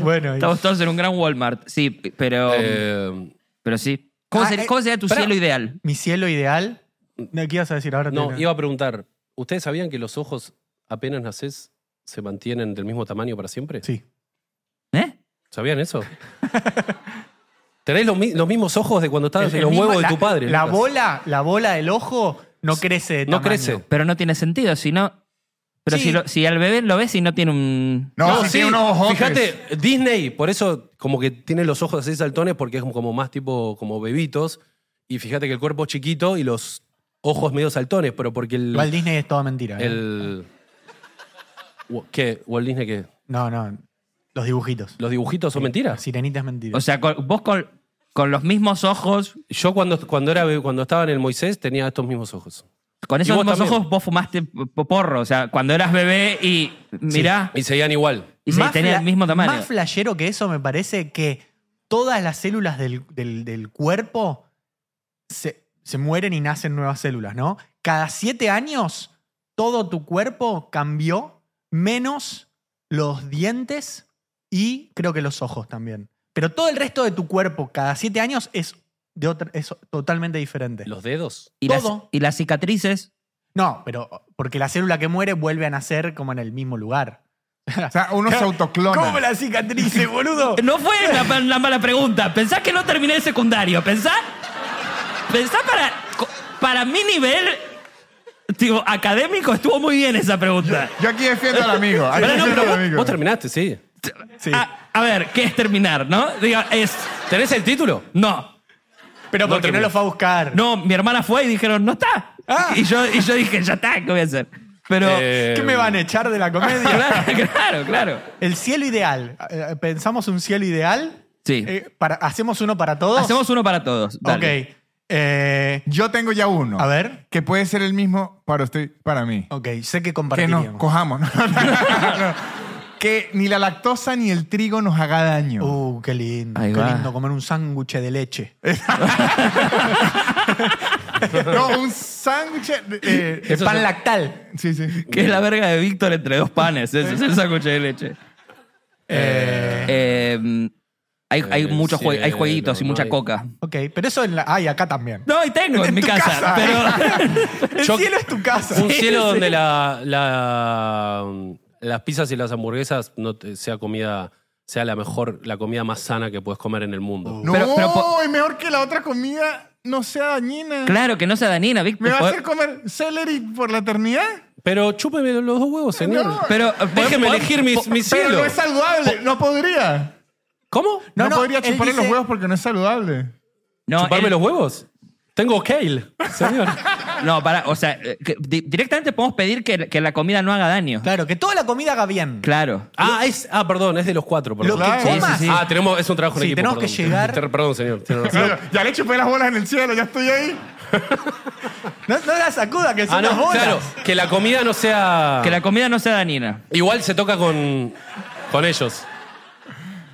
Speaker 2: Bueno, y-
Speaker 4: Estamos todos en un gran Walmart. Sí, pero.
Speaker 3: Eh,
Speaker 4: pero sí. ¿Cómo,
Speaker 2: Ah,
Speaker 4: ser-
Speaker 2: eh,
Speaker 4: cómo sería tu
Speaker 3: pará.
Speaker 4: cielo ideal?
Speaker 2: mi cielo ideal. No, ¿Qué ibas a decir ahora?
Speaker 3: no,
Speaker 2: Tina?
Speaker 3: iba a preguntar. ¿Ustedes sabían que los ojos apenas nacés se mantienen del mismo tamaño para siempre?
Speaker 2: Sí.
Speaker 4: ¿Eh?
Speaker 3: ¿Sabían eso? Tenés los, mi- los mismos ojos de cuando estabas
Speaker 2: El-
Speaker 3: en
Speaker 2: el
Speaker 3: los
Speaker 2: mismo-
Speaker 3: huevos de
Speaker 2: la-
Speaker 3: tu padre.
Speaker 2: La
Speaker 3: Lucas.
Speaker 2: bola, la bola del ojo no crece de
Speaker 3: No
Speaker 2: tamaño.
Speaker 3: crece.
Speaker 4: Pero no tiene sentido, si no. Pero
Speaker 3: Sí.
Speaker 4: si, lo- si al bebé lo ves y no tiene un.
Speaker 5: no, sí, tiene unos ojotes.
Speaker 3: Fíjate, Disney, por eso como que tiene los ojos así saltones porque es como más tipo como bebitos. Y fíjate que el cuerpo es chiquito y los ojos medio saltones, pero porque el...
Speaker 2: Walt Disney es toda mentira. ¿eh?
Speaker 3: el Wa- ¿Qué? ¿Walt Disney qué?
Speaker 2: No, no. Los dibujitos.
Speaker 3: ¿Los dibujitos son
Speaker 2: La
Speaker 3: mentiras?
Speaker 2: sirenita es mentira.
Speaker 4: O sea, con- vos con, con los mismos ojos,
Speaker 3: Yo cuando, cuando, era, be- cuando estaba en el Moisés tenía estos mismos ojos.
Speaker 4: con esos
Speaker 3: Y vos
Speaker 4: mismos
Speaker 3: también.
Speaker 4: ojos, vos fumaste po- porro. O sea, cuando eras bebé y mirá,
Speaker 3: Y seguían igual.
Speaker 4: y se
Speaker 2: Más
Speaker 4: tenía
Speaker 2: fla-
Speaker 4: el mismo tamaño.
Speaker 2: Más flashero que eso me parece que todas las células del, del- del cuerpo se, se mueren y nacen nuevas células, ¿no? Cada siete años todo tu cuerpo cambió, menos los dientes y creo que los ojos también. Pero todo el resto de tu cuerpo cada siete años es, de otra, es totalmente diferente.
Speaker 3: Los dedos.
Speaker 4: y, las,
Speaker 2: todo.
Speaker 4: y las cicatrices.
Speaker 2: No, pero porque la célula que muere vuelve a nacer como en el mismo lugar.
Speaker 5: O sea, uno se autoclona.
Speaker 2: ¿Cómo la cicatrice, boludo?
Speaker 4: No fue la, la mala pregunta. Pensá que no terminé el secundario. Pensá. Pensá para. Para mi nivel digo, académico estuvo muy bien esa pregunta.
Speaker 5: Yo aquí defiendo al amigo. Aquí
Speaker 3: Pero no,
Speaker 5: defiendo
Speaker 3: pero
Speaker 5: al
Speaker 3: vos,
Speaker 5: amigo.
Speaker 3: vos terminaste, sí.
Speaker 2: Sí.
Speaker 4: Ah, A, a ver, ¿qué es terminar, no? Digo, es.
Speaker 3: ¿Tenés el título?
Speaker 4: No.
Speaker 2: Pero porque no,
Speaker 3: terminé.
Speaker 2: lo fue a buscar.
Speaker 4: No, mi hermana fue y dijeron, no está.
Speaker 2: Ah.
Speaker 4: Y, yo, y yo dije, ya está, ¿qué voy a hacer? Pero.
Speaker 3: Eh,
Speaker 2: ¿Qué me van a echar de la comedia?
Speaker 4: Claro, claro, claro.
Speaker 2: El cielo ideal. Eh, Pensamos un cielo ideal.
Speaker 4: Sí.
Speaker 2: Eh, para, ¿Hacemos uno para todos?
Speaker 4: Hacemos uno para todos. Dale.
Speaker 2: Ok. Eh,
Speaker 5: Yo tengo ya uno.
Speaker 2: a ver.
Speaker 5: Que puede ser el mismo para usted, para mí.
Speaker 2: Ok, sé que
Speaker 5: que
Speaker 2: compartiríamos.
Speaker 5: nos cojamos. No, no, no, no. que ni la lactosa ni el trigo nos haga daño.
Speaker 2: Uh, qué lindo.
Speaker 4: Ahí
Speaker 2: qué
Speaker 4: va.
Speaker 2: lindo comer un sándwich de leche.
Speaker 5: No, un sándwich. de- eh,
Speaker 2: El pan lactal.
Speaker 5: sí, sí.
Speaker 4: Que es la verga de Víctor entre dos panes. Eso es el sándwich de leche. Eh, hay hay
Speaker 3: El
Speaker 4: muchos jue- hay
Speaker 3: cielo,
Speaker 4: jueguitos y
Speaker 3: no
Speaker 4: mucha
Speaker 3: hay-
Speaker 4: coca.
Speaker 2: Ok, pero eso en la. Ay, acá también.
Speaker 4: No, y tengo en, mi
Speaker 2: tu
Speaker 4: casa.
Speaker 2: casa.
Speaker 4: Pero.
Speaker 2: El
Speaker 3: Yo-
Speaker 2: cielo es tu casa.
Speaker 3: Un cielo donde la, la- mm, las pizzas y las hamburguesas no te- sea comida sea la mejor, la comida más sana que puedes comer en el mundo.
Speaker 2: Oh.
Speaker 5: No,
Speaker 4: Pero- pero po-
Speaker 5: es mejor que la otra comida no sea dañina.
Speaker 4: claro, que no sea danina,
Speaker 5: ¿Me va a
Speaker 4: Víctor.
Speaker 5: hacer comer celery por la eternidad?
Speaker 3: Pero chúpeme los dos huevos, señor.
Speaker 5: No.
Speaker 4: Pero eh,
Speaker 3: Déjeme
Speaker 4: podemos-
Speaker 3: elegir mi, mi
Speaker 5: Pero
Speaker 3: cielo.
Speaker 5: no es saludable. No podría.
Speaker 3: ¿Cómo?
Speaker 5: No,
Speaker 2: No, no,
Speaker 5: podría
Speaker 2: él
Speaker 5: chupar los
Speaker 2: dice-
Speaker 5: huevos porque no es saludable.
Speaker 4: No, eh,
Speaker 3: ¿Chuparme
Speaker 4: él-
Speaker 3: los huevos? Tengo kale, señor.
Speaker 4: no, para, o sea, eh, que di- directamente podemos pedir que, que la comida no haga daño.
Speaker 2: Claro, que toda la comida haga bien.
Speaker 4: Claro.
Speaker 3: ah, es, ah, perdón, es de los cuatro. Perdón.
Speaker 2: Lo que
Speaker 5: Claro.
Speaker 2: comas.
Speaker 4: Sí, sí, sí.
Speaker 3: Ah, tenemos, es un trabajo en
Speaker 2: Sí,
Speaker 3: equipo.
Speaker 2: tenemos que
Speaker 3: perdón.
Speaker 2: llegar-
Speaker 3: Te- Perdón, señor. tiene razón.
Speaker 5: Ya le chupé las bolas en el cielo, ya estoy ahí.
Speaker 2: No, no la sacuda, que son
Speaker 3: Ah,
Speaker 2: las
Speaker 3: no,
Speaker 2: bolas.
Speaker 3: claro. Que la comida no sea...
Speaker 4: Que la comida no sea danina.
Speaker 3: Igual se toca con, con ellos.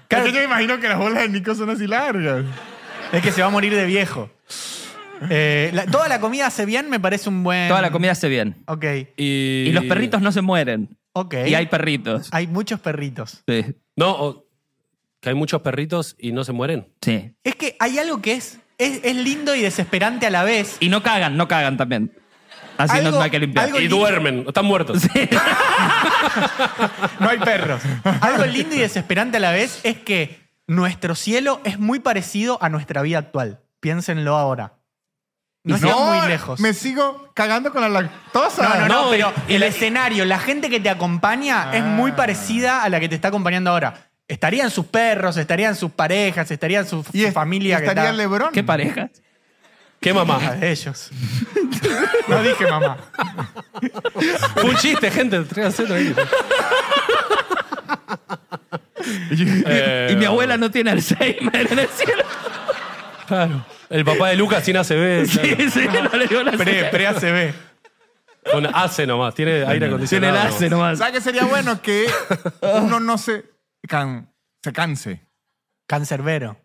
Speaker 5: Es que yo me imagino que las bolas de Nico son así largas.
Speaker 2: Es que se va a morir de viejo. Eh, la- toda la comida hace bien, me parece un buen.
Speaker 4: Toda la comida hace bien.
Speaker 2: Ok,
Speaker 3: Y,
Speaker 4: Y los perritos no se mueren.
Speaker 2: ok.
Speaker 4: Y hay perritos.
Speaker 2: Hay muchos perritos.
Speaker 4: Sí.
Speaker 3: No, o- que hay muchos perritos y no se mueren.
Speaker 4: Sí.
Speaker 2: Es que hay algo que es, es, es lindo y desesperante a la vez.
Speaker 4: Y no cagan, no cagan también. Así no
Speaker 2: Algo-
Speaker 4: no hay que limpiar.
Speaker 2: algo-
Speaker 3: Y
Speaker 2: lindo.
Speaker 3: duermen, están muertos.
Speaker 2: No hay perros. Algo lindo y desesperante a la vez es que nuestro cielo es muy parecido a nuestra vida actual. Piénsenlo ahora. No están muy lejos.
Speaker 5: Me sigo cagando con la lactosa.
Speaker 2: No, pues, no, no,
Speaker 3: No,
Speaker 2: pero
Speaker 3: y- y
Speaker 2: el
Speaker 3: la-
Speaker 2: escenario, la gente que te acompaña es muy parecida a la que te está acompañando ahora. Estarían sus perros, estarían sus parejas, estarían su, su
Speaker 5: Y es-
Speaker 2: familia que
Speaker 5: estaría
Speaker 2: está-
Speaker 5: Lebrón.
Speaker 4: ¿Qué pareja?
Speaker 3: ¿Qué mamá?
Speaker 2: de ellos.
Speaker 5: No dije mamá.
Speaker 3: Fue un chiste, gente. tráiganse tranquilo. Eh,
Speaker 4: Y mi abuela no tiene Alzheimer en el cielo.
Speaker 3: Claro. El papá de Lucas sin ACB.
Speaker 4: Sí,
Speaker 3: claro.
Speaker 4: sí, no le dio la
Speaker 2: Pre, pre ACB.
Speaker 3: Con AC nomás. Tiene aire
Speaker 4: Tiene
Speaker 3: acondicionado.
Speaker 4: el ACE nomás.
Speaker 5: ¿Sabes qué sería bueno? Que uno no se, can- se canse.
Speaker 2: Cancerbero.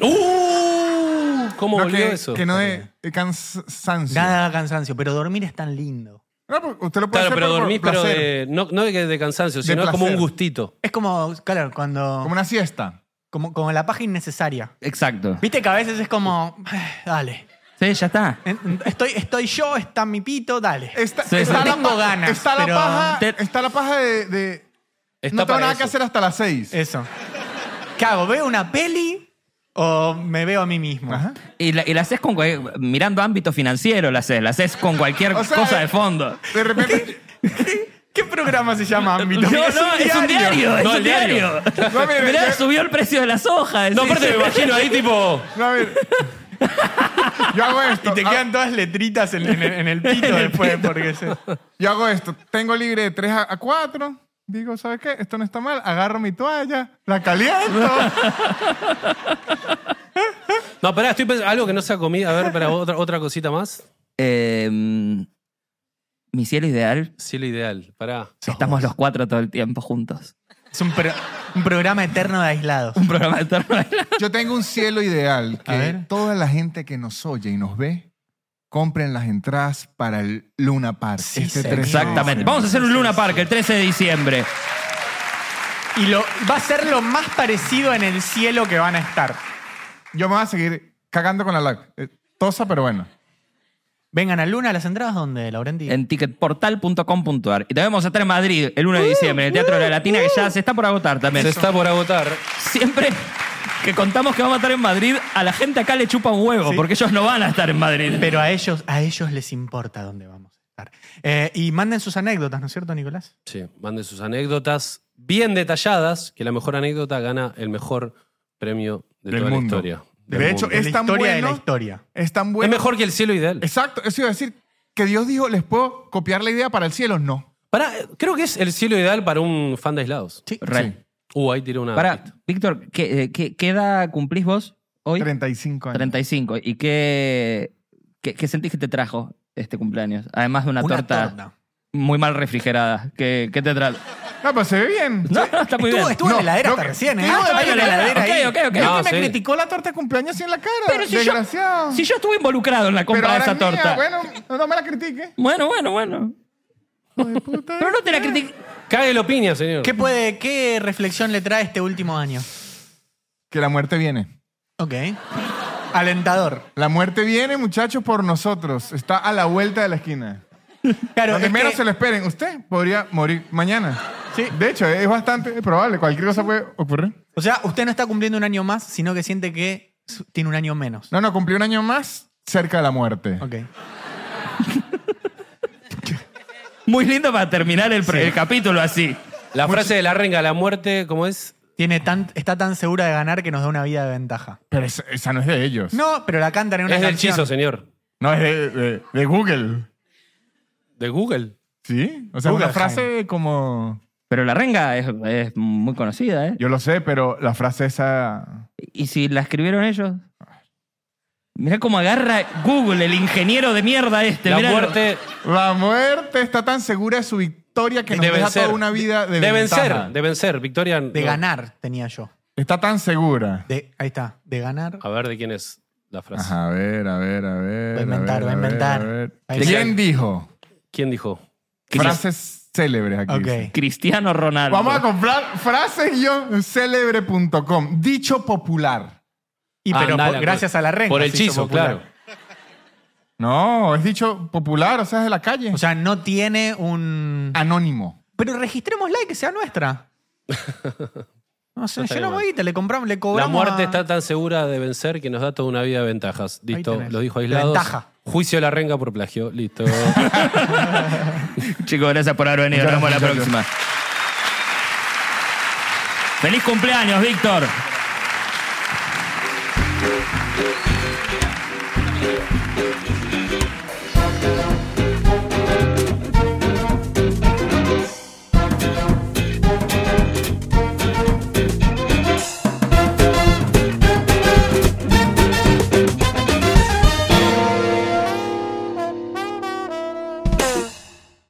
Speaker 3: ¡Uh!
Speaker 2: Oh,
Speaker 3: ¿Cómo
Speaker 5: No,
Speaker 3: volvió
Speaker 5: que,
Speaker 3: eso?
Speaker 5: que no es cansancio.
Speaker 2: Nada da cansancio, pero dormir es tan lindo.
Speaker 5: No, porque usted lo puede
Speaker 3: Claro,
Speaker 5: hacer
Speaker 3: pero
Speaker 5: por- por
Speaker 3: dormís, pero
Speaker 5: placer,
Speaker 3: de, no, no de, que- de cansancio, sino
Speaker 5: placer.
Speaker 3: como un gustito.
Speaker 2: Es como, claro, cuando.
Speaker 5: Como
Speaker 2: Como,
Speaker 5: una siesta.
Speaker 2: como la paja innecesaria.
Speaker 4: Exacto.
Speaker 2: Viste que a veces es como. Dale.
Speaker 4: Sí, ya está.
Speaker 2: En- en- Estoy, estoy yo, está mi pito, dale.
Speaker 5: Está,
Speaker 4: Sí,
Speaker 5: está
Speaker 4: sí.
Speaker 5: la
Speaker 2: Tengo
Speaker 5: pa-
Speaker 2: ganas,
Speaker 5: Está la
Speaker 2: pero-
Speaker 5: paja,
Speaker 4: Te-
Speaker 5: está la paja de. de-
Speaker 3: Está
Speaker 5: no tengo
Speaker 3: para
Speaker 5: nada
Speaker 3: eso.
Speaker 5: que hacer hasta las seis.
Speaker 2: Eso. ¿Qué hago? ¿Veo una peli o me veo a mí mismo?
Speaker 5: Ajá.
Speaker 4: Y la, y la haces con cual- mirando ámbito financiero, la haces. La haces con cualquier
Speaker 5: O sea,
Speaker 4: cosa
Speaker 5: eh,
Speaker 4: de fondo.
Speaker 5: De repente.
Speaker 2: ¿Qué programa se llama Ámbito?
Speaker 4: No, no, es un diario. Es
Speaker 3: No,
Speaker 4: un
Speaker 3: el diario.
Speaker 4: diario.
Speaker 5: No, mire,
Speaker 4: Mirá,
Speaker 5: yo-
Speaker 4: subió el precio de las hojas.
Speaker 3: No, aparte me imagino ahí tipo.
Speaker 5: No, a ver. Yo hago esto.
Speaker 2: Y te
Speaker 5: ah,
Speaker 2: quedan todas letritas en, en el- en el pito después, porque se-
Speaker 5: yo hago esto. Tengo libre de 3 a 4. Digo, ¿sabes qué? Esto no está mal. Agarro mi toalla, la caliento.
Speaker 3: No, pará, estoy pensando. Algo que no sea comida. A ver, para otra, otra cosita más.
Speaker 4: Eh, mi cielo ideal.
Speaker 3: Sí, lo ideal. Pará.
Speaker 4: Estamos los cuatro todo el tiempo juntos.
Speaker 2: Es un, pro- un programa eterno de aislados.
Speaker 4: Un programa eterno.
Speaker 5: Yo tengo un cielo ideal.
Speaker 2: A
Speaker 5: Que
Speaker 2: ver.
Speaker 5: toda la gente que nos oye y nos ve, compren las entradas para el Luna Park.
Speaker 2: Sí,
Speaker 5: este
Speaker 2: señor.
Speaker 5: 13 de
Speaker 4: Exactamente.
Speaker 5: diciembre.
Speaker 4: Vamos a hacer un Luna Park el 13 de diciembre.
Speaker 2: Y lo, va a ser lo más parecido en el cielo que van a estar.
Speaker 5: Yo me voy a seguir cagando con la lac- eh, tosa, pero bueno.
Speaker 2: Vengan a Luna, ¿las entradas dónde, Laurenti?
Speaker 4: en ticketportal.com.ar. Y también vamos a estar en Madrid el 1 de diciembre, en el Teatro de la Latina, que ya se está por agotar también.
Speaker 3: Se está por agotar.
Speaker 4: Siempre que contamos que vamos a estar en Madrid, a la gente acá le chupa un huevo, porque ellos no van a estar en Madrid.
Speaker 2: Pero a ellos, a ellos les importa dónde vamos a estar. Eh, y manden sus anécdotas, ¿no es cierto, Nicolás?
Speaker 3: Sí, manden sus anécdotas bien detalladas, que la mejor anécdota gana el mejor premio de
Speaker 5: Del
Speaker 3: toda la
Speaker 5: mundo.
Speaker 3: historia.
Speaker 5: De
Speaker 3: Del
Speaker 5: hecho,
Speaker 3: mundo.
Speaker 5: Es
Speaker 2: De la
Speaker 5: tan
Speaker 2: historia de la
Speaker 5: bueno.
Speaker 2: historia.
Speaker 5: Es tan bueno.
Speaker 3: es mejor que el cielo ideal.
Speaker 5: Exacto, eso iba a decir. Que Dios dijo, ¿les puedo copiar la idea para el cielo? No.
Speaker 3: Pará, eh, creo que es el cielo ideal para un fan de aislados.
Speaker 4: Re.
Speaker 3: Uh, ahí tiré una.
Speaker 4: Pará, Víctor, ¿qué, eh, qué- qué edad cumplís vos hoy?
Speaker 5: 35 años.
Speaker 4: 35. ¿Y qué, qué, qué sentís que te trajo este cumpleaños? Además de una,
Speaker 2: Una
Speaker 4: torta,
Speaker 2: torta.
Speaker 4: muy mal refrigerada. ¿qué, qué te trajo?
Speaker 5: No, pero se ve bien.
Speaker 4: No, está
Speaker 2: Estuvo,
Speaker 4: muy bien. Ah,
Speaker 2: estuvo en la
Speaker 5: No,
Speaker 2: heladera
Speaker 5: no,
Speaker 2: hasta recién, ¿eh? Hay
Speaker 5: no, hay
Speaker 2: una
Speaker 5: heladera,
Speaker 2: heladera ahí.
Speaker 4: ok, ok, ok.
Speaker 3: No,
Speaker 5: Es que
Speaker 3: sí.
Speaker 5: me criticó la torta de cumpleaños así en la cara.
Speaker 4: Pero si yo-
Speaker 5: Desgraciado.
Speaker 4: Si yo estuve involucrado en la compra
Speaker 5: pero
Speaker 4: de
Speaker 5: ahora
Speaker 4: esa
Speaker 5: es mía.
Speaker 4: torta.
Speaker 5: Bueno, no, no me la critique.
Speaker 4: Bueno, bueno, bueno. Pero no te la critiques.
Speaker 3: Cague la piña, señor.
Speaker 2: ¿Qué, puede, ¿Qué reflexión le trae este último año?
Speaker 5: Que la muerte viene.
Speaker 2: Ok. Alentador.
Speaker 5: La muerte viene, muchachos, por nosotros. Está a la vuelta de la esquina.
Speaker 2: Claro,
Speaker 5: Donde
Speaker 2: es
Speaker 5: menos
Speaker 2: que-
Speaker 5: se lo esperen. Usted podría morir mañana.
Speaker 2: Sí.
Speaker 5: De hecho, es bastante probable. Cualquier cosa puede ocurrir.
Speaker 2: O sea, usted no está cumpliendo un año más, sino que siente que su- tiene un año menos.
Speaker 5: No, no, cumplí un año más cerca de la muerte.
Speaker 2: Ok.
Speaker 4: Muy lindo para terminar el, pre- el capítulo así.
Speaker 3: La frase de la renga, la muerte, ¿cómo es?
Speaker 2: Tiene tan, está tan segura de ganar que nos da una vida de ventaja.
Speaker 5: Pero esa, esa no es de ellos.
Speaker 2: No, pero la cantan en una
Speaker 3: Es del
Speaker 2: canción.
Speaker 3: hechizo, señor.
Speaker 5: No, es de, de- de Google.
Speaker 3: De Google.
Speaker 5: ¿Sí? O sea,
Speaker 2: Google,
Speaker 5: una frase como...
Speaker 4: Pero la renga es, es muy conocida, ¿eh?
Speaker 5: Yo lo sé, pero la frase esa...
Speaker 4: ¿Y si la escribieron ellos? Mirá cómo agarra Google, el ingeniero de mierda este.
Speaker 3: La
Speaker 4: mirá.
Speaker 3: muerte
Speaker 5: La muerte está tan segura de su victoria que nos
Speaker 3: deben
Speaker 5: deja
Speaker 3: ser.
Speaker 5: toda una vida de
Speaker 3: deben
Speaker 5: ventaja.
Speaker 3: ser, deben ser. Victoria.
Speaker 2: De ganar tenía yo.
Speaker 5: Está tan segura.
Speaker 2: De, ahí está, de ganar.
Speaker 3: A ver de quién es la frase.
Speaker 5: Ajá, a ver, a ver, a ver.
Speaker 2: Va a inventar,
Speaker 5: ver,
Speaker 2: va a
Speaker 5: ver,
Speaker 2: inventar.
Speaker 5: ver.
Speaker 2: Ahí
Speaker 5: ¿Quién
Speaker 2: está.
Speaker 5: dijo?
Speaker 3: ¿Quién dijo?
Speaker 5: Frases célebres aquí.
Speaker 2: Ok.
Speaker 5: dice.
Speaker 4: Cristiano Ronaldo.
Speaker 5: Vamos a comprar frases-célebre.com. Dicho popular.
Speaker 2: Y pero
Speaker 3: Andala,
Speaker 2: por- gracias a la renta.
Speaker 3: Por el
Speaker 2: se hizo
Speaker 3: hechizo,
Speaker 2: popular.
Speaker 3: claro.
Speaker 5: No, es dicho popular, o sea, es de la calle.
Speaker 2: O sea, no tiene un.
Speaker 3: Ah.
Speaker 5: Anónimo.
Speaker 2: Pero registrémosla y que sea nuestra. No sé,
Speaker 3: No estaría
Speaker 2: llenamos
Speaker 3: mal.
Speaker 2: guita, le compramos, le
Speaker 3: La
Speaker 2: cobramos.
Speaker 3: muerte
Speaker 2: a-
Speaker 3: está tan segura de vencer que nos da toda una vida de ventajas. Listo,
Speaker 2: tenés.
Speaker 3: lo dijo aislado.
Speaker 2: Ventaja.
Speaker 3: Juicio a la renga por plagio. Listo.
Speaker 4: Chicos, gracias por haber venido. Nos vemos la
Speaker 5: Muchachos.
Speaker 4: próxima. ¡Feliz cumpleaños, Víctor!